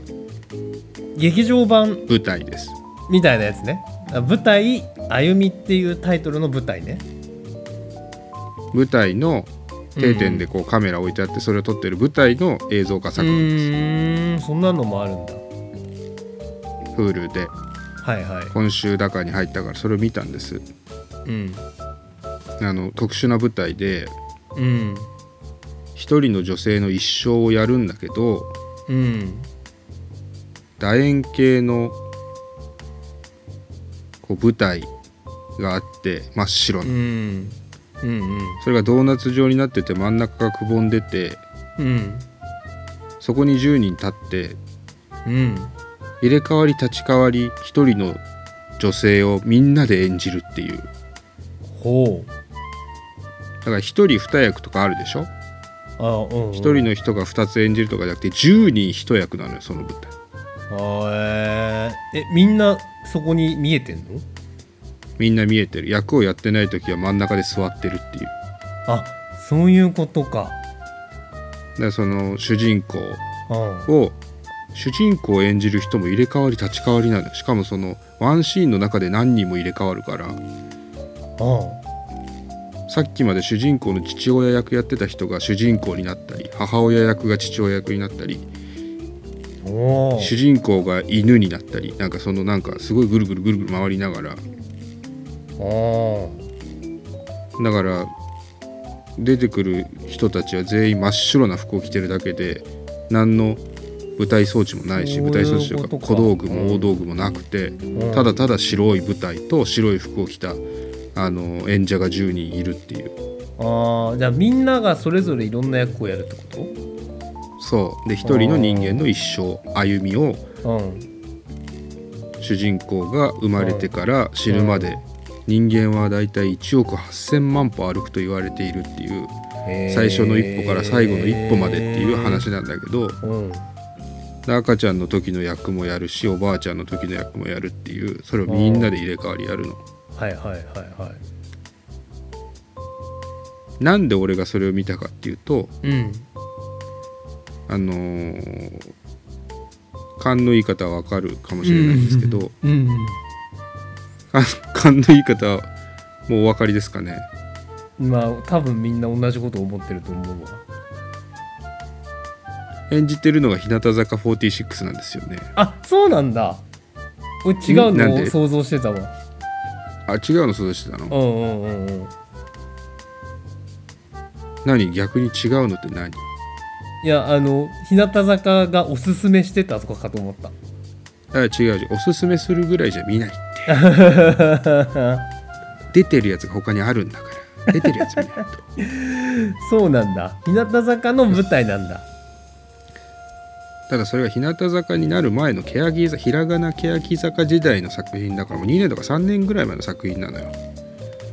B: 劇場版
A: 舞台です
B: みたいなやつねあ舞台歩みっていうタイトルの舞台ね
A: 舞台の定点でこうカメラ置いてあってそれを撮ってる舞台の映像化
B: う
A: 作品です
B: ーんそんなのもあるんだ
A: Hulu で
B: はいはい
A: 今週中に入ったからそれを見たんです
B: うん
A: あの特殊な舞台で
B: うん
A: 一人の女性の一生をやるんだけど
B: うん
A: 楕円形のこう舞台があって真っ白
B: う
A: な、
B: んうん
A: それがドーナツ状になってて真ん中がくぼんでて
B: うん
A: そこに10人立って
B: うん
A: 入れ替わり立ち替わり一人の女性をみんなで演じるっていうだ
B: ほう
A: から一人二役とかあるでしょ
B: あうんうん
A: 一人の人が二つ演じるとかじゃなくて10人一役なのよその舞台
B: あーえーえみんなそこに見えてんの
A: みんな見えてる役をやってない時は真ん中で座ってるっていう
B: あそういうことか
A: だからその主人公
B: うん
A: を主人公を演じる人も入れ替わり立ち替わりなのよしかもそのワンシーンの中で何人も入れ替わるから
B: う
A: さっきまで主人公の父親役やってた人が主人公になったり母親役が父親役になったり
B: んおお
A: 主人公が犬になったりなんかそのなんかすごいぐるぐるぐるぐる回りながら
B: お
A: だから出てくる人たちは全員真っ白な服を着てるだけで何の舞台装置もないし
B: そうい
A: 舞
B: う
A: 台装置という
B: こと
A: か小
B: か
A: 道具も大道具もなくて
B: ん
A: ただただ白い舞台と白い服を着たあの演者が10人いるっていう
B: あーじゃあみんながそれぞれいろんな役をやるってこ
A: そうで一人の人間の一生歩みを
B: とうん
A: 主人公が生まれてから死ぬまで人間はだいたい1億8,000万歩歩くと言われているっていう最初の一歩から最後の一歩までっていう話なんだけど
B: うん
A: 赤ちゃんの時の役もやるしおばあちゃんの時の役もやるっていうそれをみんなで入れ替わりやるの。
B: はいはいはいは
A: なんで俺がそれを見たかっていうと
B: いうん
A: あのー勘のいい方はわかるかもしれないんですけど
B: うん
A: 勘勘のいい方はもうお分かりですかね
B: うんまあ多分みんな同じこと思ってると思うわ
A: 演じてるのが日向坂46なんですよね
B: あそうなんだ俺違う
A: なん
B: のを
A: で
B: 想像してたわ
A: あ違うのそうしてた
B: う
A: の
B: んうんうんうん
A: 何逆に違うのって何
B: いやあの日向坂がおすすめしてたとかかと思った
A: あ違う違うおすすめするぐらいじゃ見ないって出てるやつが他にあるんだから出てるやつ見ないと
B: そうなんだ日向坂の舞台なんだ
A: ただそれは日向坂になる前の欅坂ひらがな欅坂時代の作品だからもう2年とか3年ぐらい前の作品なのよ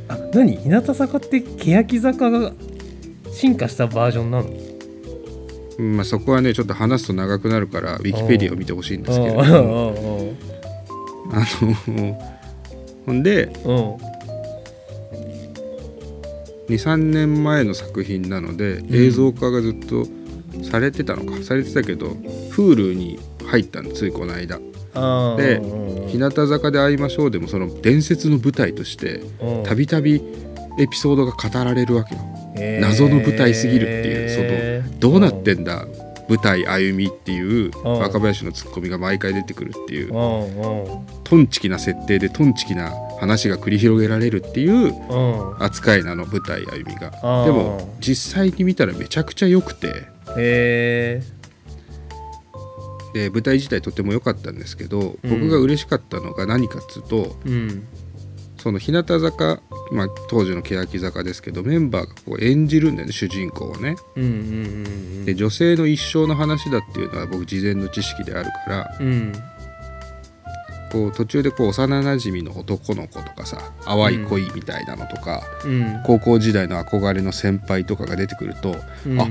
B: あ何日向坂って欅坂が進化したバージョンなの
A: うんまあ、そこはねちょっと話すと長くなるからウィキペディアを見てほしいんですけれども
B: う
A: あのほんで
B: んうんうん
A: 23年前の作品なので映像化がずっとされてたのか、されてたけど Hulu に入ったのついこの間
B: あー
A: で
B: うん
A: 「
B: うん
A: 日向坂で会いましょう」でもその伝説の舞台として
B: うん
A: たびたびエピソードが語られるわけよ
B: えー
A: 謎の舞台すぎるっていうそのどうなってんだ舞台歩みっていう
B: うん
A: 若林のツッコミが毎回出てくるっていう
B: うんうん
A: トンチキな設定でトンチキな話が繰り広げられるっていう
B: うん
A: 扱いなの舞台歩みが
B: あー
A: でも実際に見たらめちゃくちゃ良くて
B: え
A: で舞台自体とても良かったんですけど
B: うん
A: 僕が嬉しかったのが何かっつうと、
B: ーうん
A: その日向坂、まあ、当時の欅坂ですけどメンバーがこう演じるんだよね主人公をね。
B: うんうんうん
A: で女性の一生の話だっていうのは僕事前の知識であるから
B: うん
A: こう途中でこう幼なじみの男の子とかさ淡い恋みたいなのとか。
B: うん
A: 高校時代の憧れの先輩とかが出てくると、
B: うん
A: あ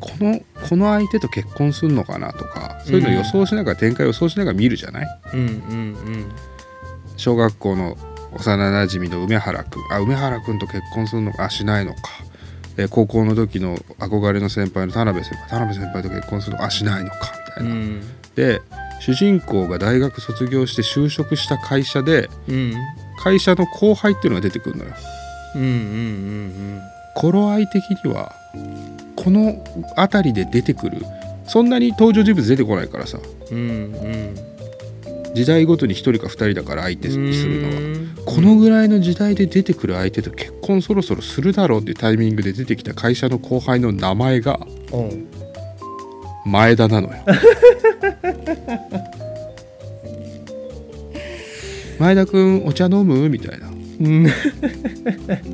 A: このこの相手と結婚するのかなとかそういうのを予想しながら、展開を予想しながら見るじゃない
B: うんうん
A: 小学校の幼なじみの梅原くんあ梅原くんと結婚するのかあしないのかで高校の時の憧れの先輩の田辺先輩田辺先輩と結婚するのかあしないのかみた
B: う
A: いな。
B: ん
A: で主人公が大学卒業して就職した会社で
B: うん
A: 会社の後輩っていうのが出てくるのよ。
B: うんうん
A: 頃合い的にはこの辺りで出てくるそんなに登場人物出てこないからさ
B: うんうんうんうん
A: 時代ごとに1人か2人だから相手するのは
B: の
A: このぐらいの時代で出てくる相手と結婚そろそろするだろうっていうタイミングで出てきた会社の後輩の名前が
B: うん
A: 前田なのよ前田君お茶飲むみたいな
B: うん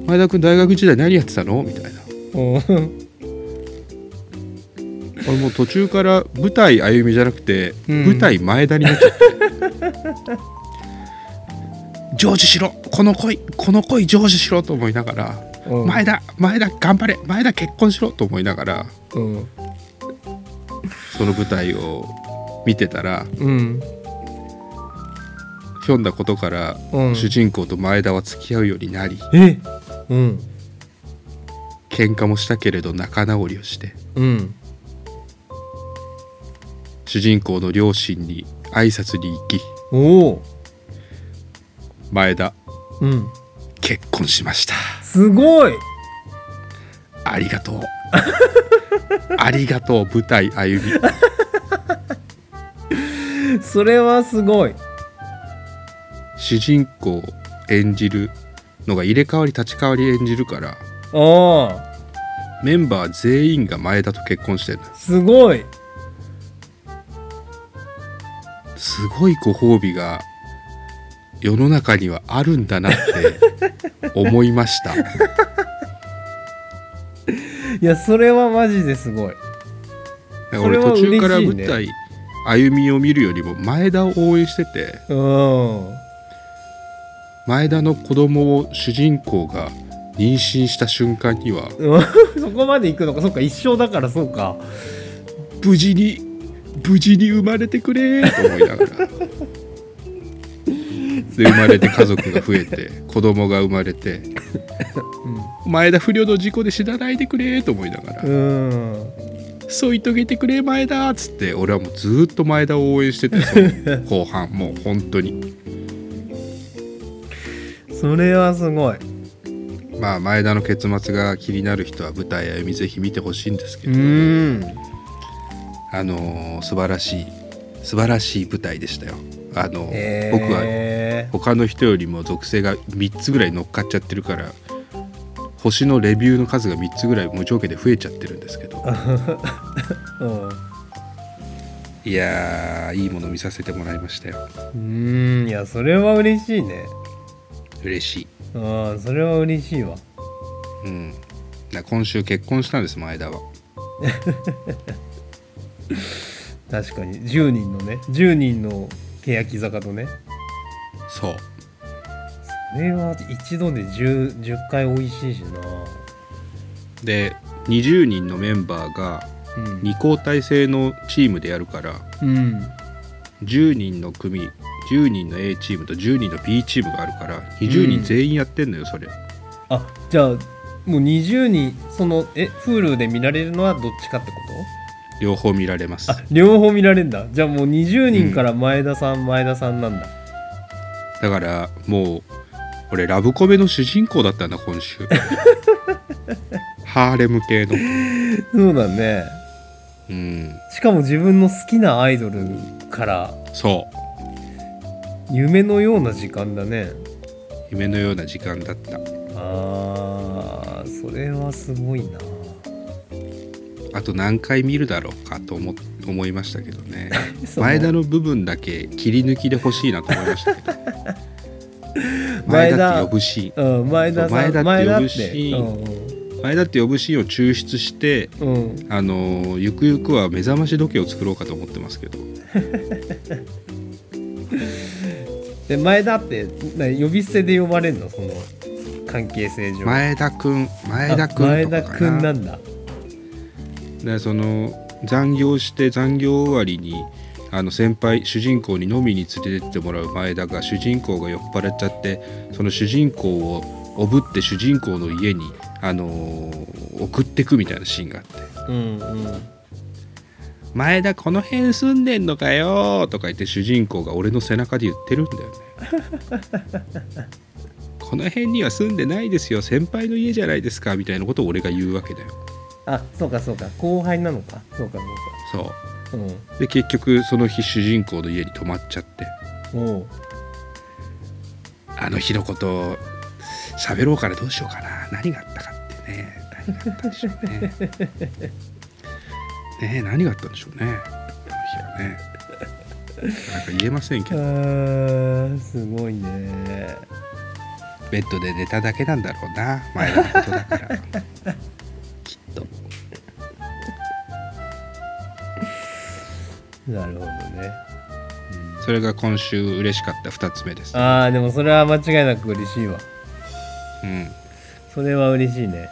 A: 前田君大学時代何やってたのみたいな
B: うん
A: 俺もう途中から舞台歩みじゃなくて、
B: うん
A: 舞台前田になっちゃって 成就しろこの恋この恋成就しろと思いながら、
B: うん
A: 前田前田頑張れ前田結婚しろと思いながら
B: うん
A: その舞台を見てたら
B: うん
A: ひょんなことから、
B: うん
A: 主人公と前田は付き合うようになり
B: えうん
A: 喧嘩もしたけれど仲直りをして
B: うん
A: 主人公の両親に挨拶に行き
B: おお
A: 前田
B: うん
A: 結婚しました。
B: すごい
A: ありがとう。 ありがとう舞台歩み。
B: それはすごい
A: 主人公を演じるのが入れ替わり立ち替わり演じるから
B: あ
A: メンバー全員が前田と結婚してる
B: あすごい
A: すごいご褒美が世の中にはあるんだなって思いま した
B: いやそれはマジですごいそれ
A: 俺
B: は
A: 途中から
B: 嬉し
A: 舞
B: いね
A: 台歩みを見るよりも前田を応援してて
B: うん
A: 前田の子供を主人公が妊娠した瞬間には
B: うんそこまで行くのかそっか一生だからそうか
A: 無事に無事に生まれてくれと思いながらで生まれて家族が増えて子供が生まれて、前田不良の事故で死なないでくれと思いながら、
B: うん
A: 添い遂げてくれ前田っつって俺はもうずーっと前田を応援しててその後半もう本当に
B: それはすごい
A: まあ前田の結末が気になる人は舞台歩みぜひ見てほしいんですけど、
B: ん
A: あのー素晴らしい素晴らしい舞台でしたよあのー
B: えー、
A: 僕は他の人よりも属性が3つぐらい乗っかっちゃってるから星のレビューの数が3つぐらい無条件で増えちゃってるんですけどいやーいいもの見させてもらいましたよ
B: うんうんいやそれは嬉しいね
A: 嬉しい
B: うんそれは嬉しいわ
A: うん、だ今週結婚したんです前田は
B: 確かに10人のね10人の欅坂とね
A: そう
B: これは一度で 10, 10回美味しいしな
A: で20人のメンバーが
B: うん
A: 2交代制のチームでやるから
B: うん
A: 10人の組10人の A チームと10人の B チームがあるから20人全員やってんのよそれ、
B: あじゃあもう20人そのえ Hulu で見られるのはどっちかってこ
A: 両方見られます
B: とあ両方見られるんだじゃあもう20人から前田さん、前田さんなんだ
A: だからもう俺ラブコメの主人公だったんだ今 週ハーレム系の
B: そうだね
A: うん
B: しかも自分の好きなアイドルから
A: そう
B: 夢のような時間だね
A: 夢のような時間だった
B: あーそれはすごいな
A: あと何回見るだろうかと思思いましたけどね
B: そう
A: 前田の部分だけ切り抜きで欲しいなと思いましたけ ど前
B: 前田
A: 田って呼ぶシーン
B: うん前田さん
A: そう前田って呼ぶし
B: 前
A: 前田って呼ぶシーンを抽出して
B: 田ってうんうん
A: あのーゆくゆくは目覚まし時計を作ろうかと思ってますけど
B: で前田ってな呼び捨てで呼ばれるのその関係性上
A: 前田くん前田く
B: あ
A: ん
B: 前
A: とか
B: 田
A: か
B: 君
A: な
B: なんだ
A: でその残業して残業終わりにあの先輩主人公に飲みに連れてってもらう前田が主人公が酔っ払っちゃってその主人公をおぶって主人公の家に、あのー送ってくみたいなシーンがあって
B: うんうん
A: 「前田この辺住んでんのかよ」とか言って主人公が俺の背中で言ってるんだよね。 この辺には住んでないですよ先輩の家じゃないですかみたいなことを俺が言うわけだよ。
B: あそうかそうか後輩なのかそうかそ
A: そう
B: か
A: うで結局その日主人公の家に泊まっちゃって。
B: うんおう
A: あの日のこと喋ろうからどうしようかな何があったかってね何があったんでしょうねねえ何があったんでしょうねあの日はねなんか言えませんけ
B: あ
A: ど
B: ーすごいね
A: ベッドで寝ただけなんだろうな前のことだからきっと
B: なるほどね
A: それが今週嬉しかった2つ目です、
B: あーでもそれは間違いなく嬉しいわ
A: うん、
B: それは嬉しいね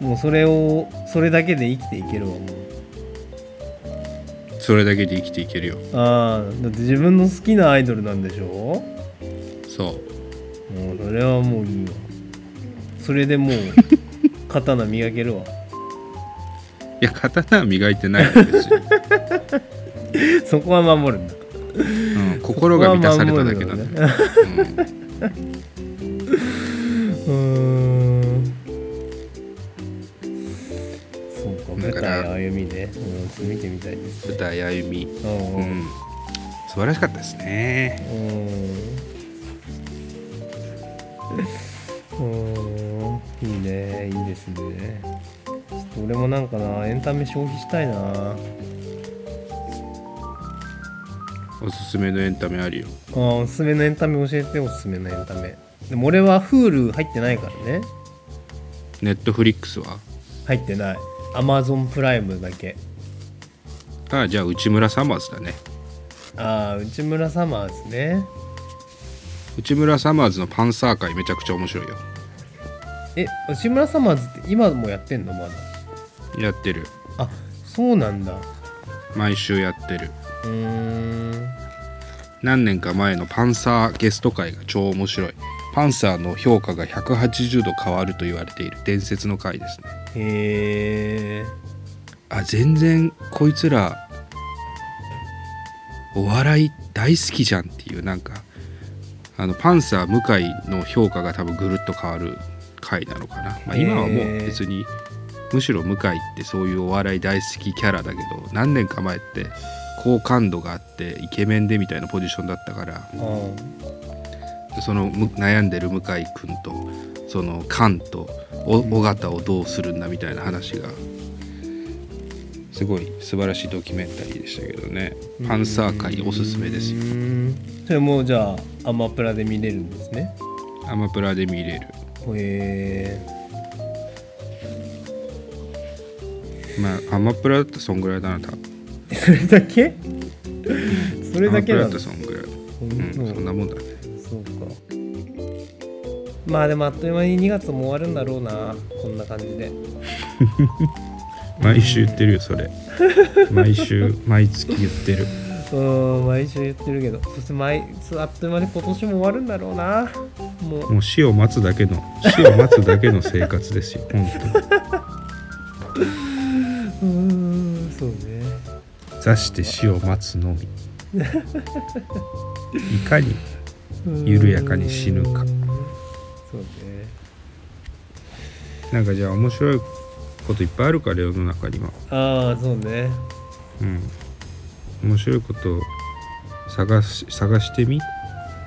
B: もうそれをそれだけで生きていけるわもう
A: それだけで生きていけるよ
B: ああだって自分の好きなアイドルなんでしょも
A: そう
B: うそれはもういいわそれでもう刀磨けるわ
A: いや刀は磨いてないよ別に、
B: そこは守るんだ
A: うん、心が満たされただけなんだよ、うん
B: うーんそうか
A: だ
B: 舞
A: から
B: 台歩みねうんちょっと見てみたいです
A: 舞台歩み
B: うん
A: う
B: うん
A: ん、素晴らしかったですね
B: うんいいねいいですねちょっと俺もなんかなエンタメ消費したいな
A: おすすめのエンタメあるよ
B: あーおすすめのエンタメ教えておすすめのエンタメでも俺は Hulu 入ってないからね
A: ネットフリックスは
B: 入ってない Amazon プライムだけ
A: あじゃあ内村サマーズだね
B: ああ内村サマーズね
A: 内村サマーズのパンサー界めちゃくちゃ面白いよ
B: え内村サマーズって今もやってんのまだ
A: やってる
B: あそうなんだ
A: 毎週やってる
B: うーん
A: 何年か前のパンサーゲスト会が超面白いパンサーの評価が180度変わると言われている伝説の回ですね
B: へえ
A: あ全然こいつらお笑い大好きじゃんっていうなんかあのパンサー向井の評価が多分ぐるっと変わる回なのかな、まあ、
B: へー
A: 今はもう別にむしろ向井ってそういうお笑い大好きキャラだけど何年か前って好感度があってイケメンでみたいなポジションだったから
B: あ
A: そのむ悩んでる向井君とその菅とお尾形をどうするんだみたいな話がすごい素晴らしいドキュメンタリーでしたけどねパンサー界おすすめです
B: う
A: よ
B: ーんそれもうじゃあアマプラで見れるんですね
A: アマプラで見れる
B: へ
A: まあアマプラだったらそんぐらいだな多分
B: えそれだけそれ
A: アマ
B: だ
A: プ
B: け
A: ラだっ
B: な
A: た
B: んだ
A: らそんぐらい
B: ほん
A: うん
B: と
A: そんなもんだね
B: そうかまあでもあっという間に2月も終わるんだろうなこんな感じで
A: 毎週言ってるよ それ毎週毎月言ってる
B: うん毎週言ってるけどそして毎そうあっという間に今年も終わるんだろうなもう
A: もう死を待つだけの死を待つだけの生活ですよ本当に
B: うーんそうね
A: 座して死を待つのみいかに
B: うーん
A: 緩やかに死ぬか
B: そうね
A: なんかじゃあ面白いこといっぱいあるから世の中には
B: ああそうね
A: うん面白いことを探し探してみ
B: あ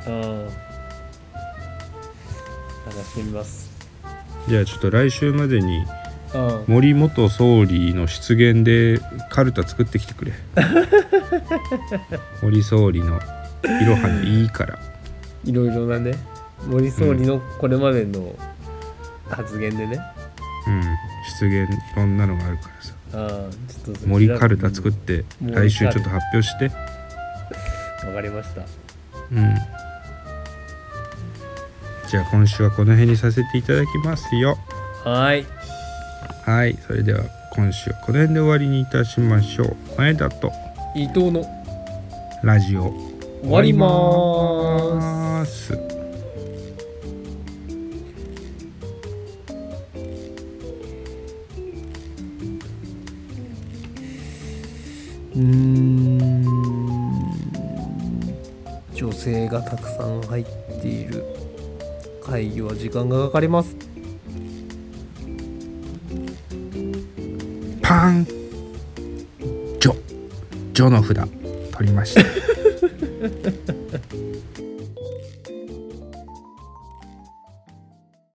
B: あ探してみます
A: じゃあちょっと来週までに
B: あ
A: 森元総理の出現でカルタ作ってきてくれ森総理のいろはのいいから
B: いろいろなね森総理のこれまでの発言でね、
A: うん出現いろんなのがあるからさ
B: ああちょっと
A: 森カルタ作って
B: うん
A: 来週ちょっと発表して
B: わかりました
A: うんじゃあ今週はこの辺にさせていただきますよ
B: はーい
A: はい、それでは今週はこの辺で終わりにいたしましょう。前田と
B: 伊藤の
A: ラジオ
B: 終わりまーす
A: す。
B: うーん女性がたくさん入っている会議は時間がかかります
A: パンジョジョの札取りました。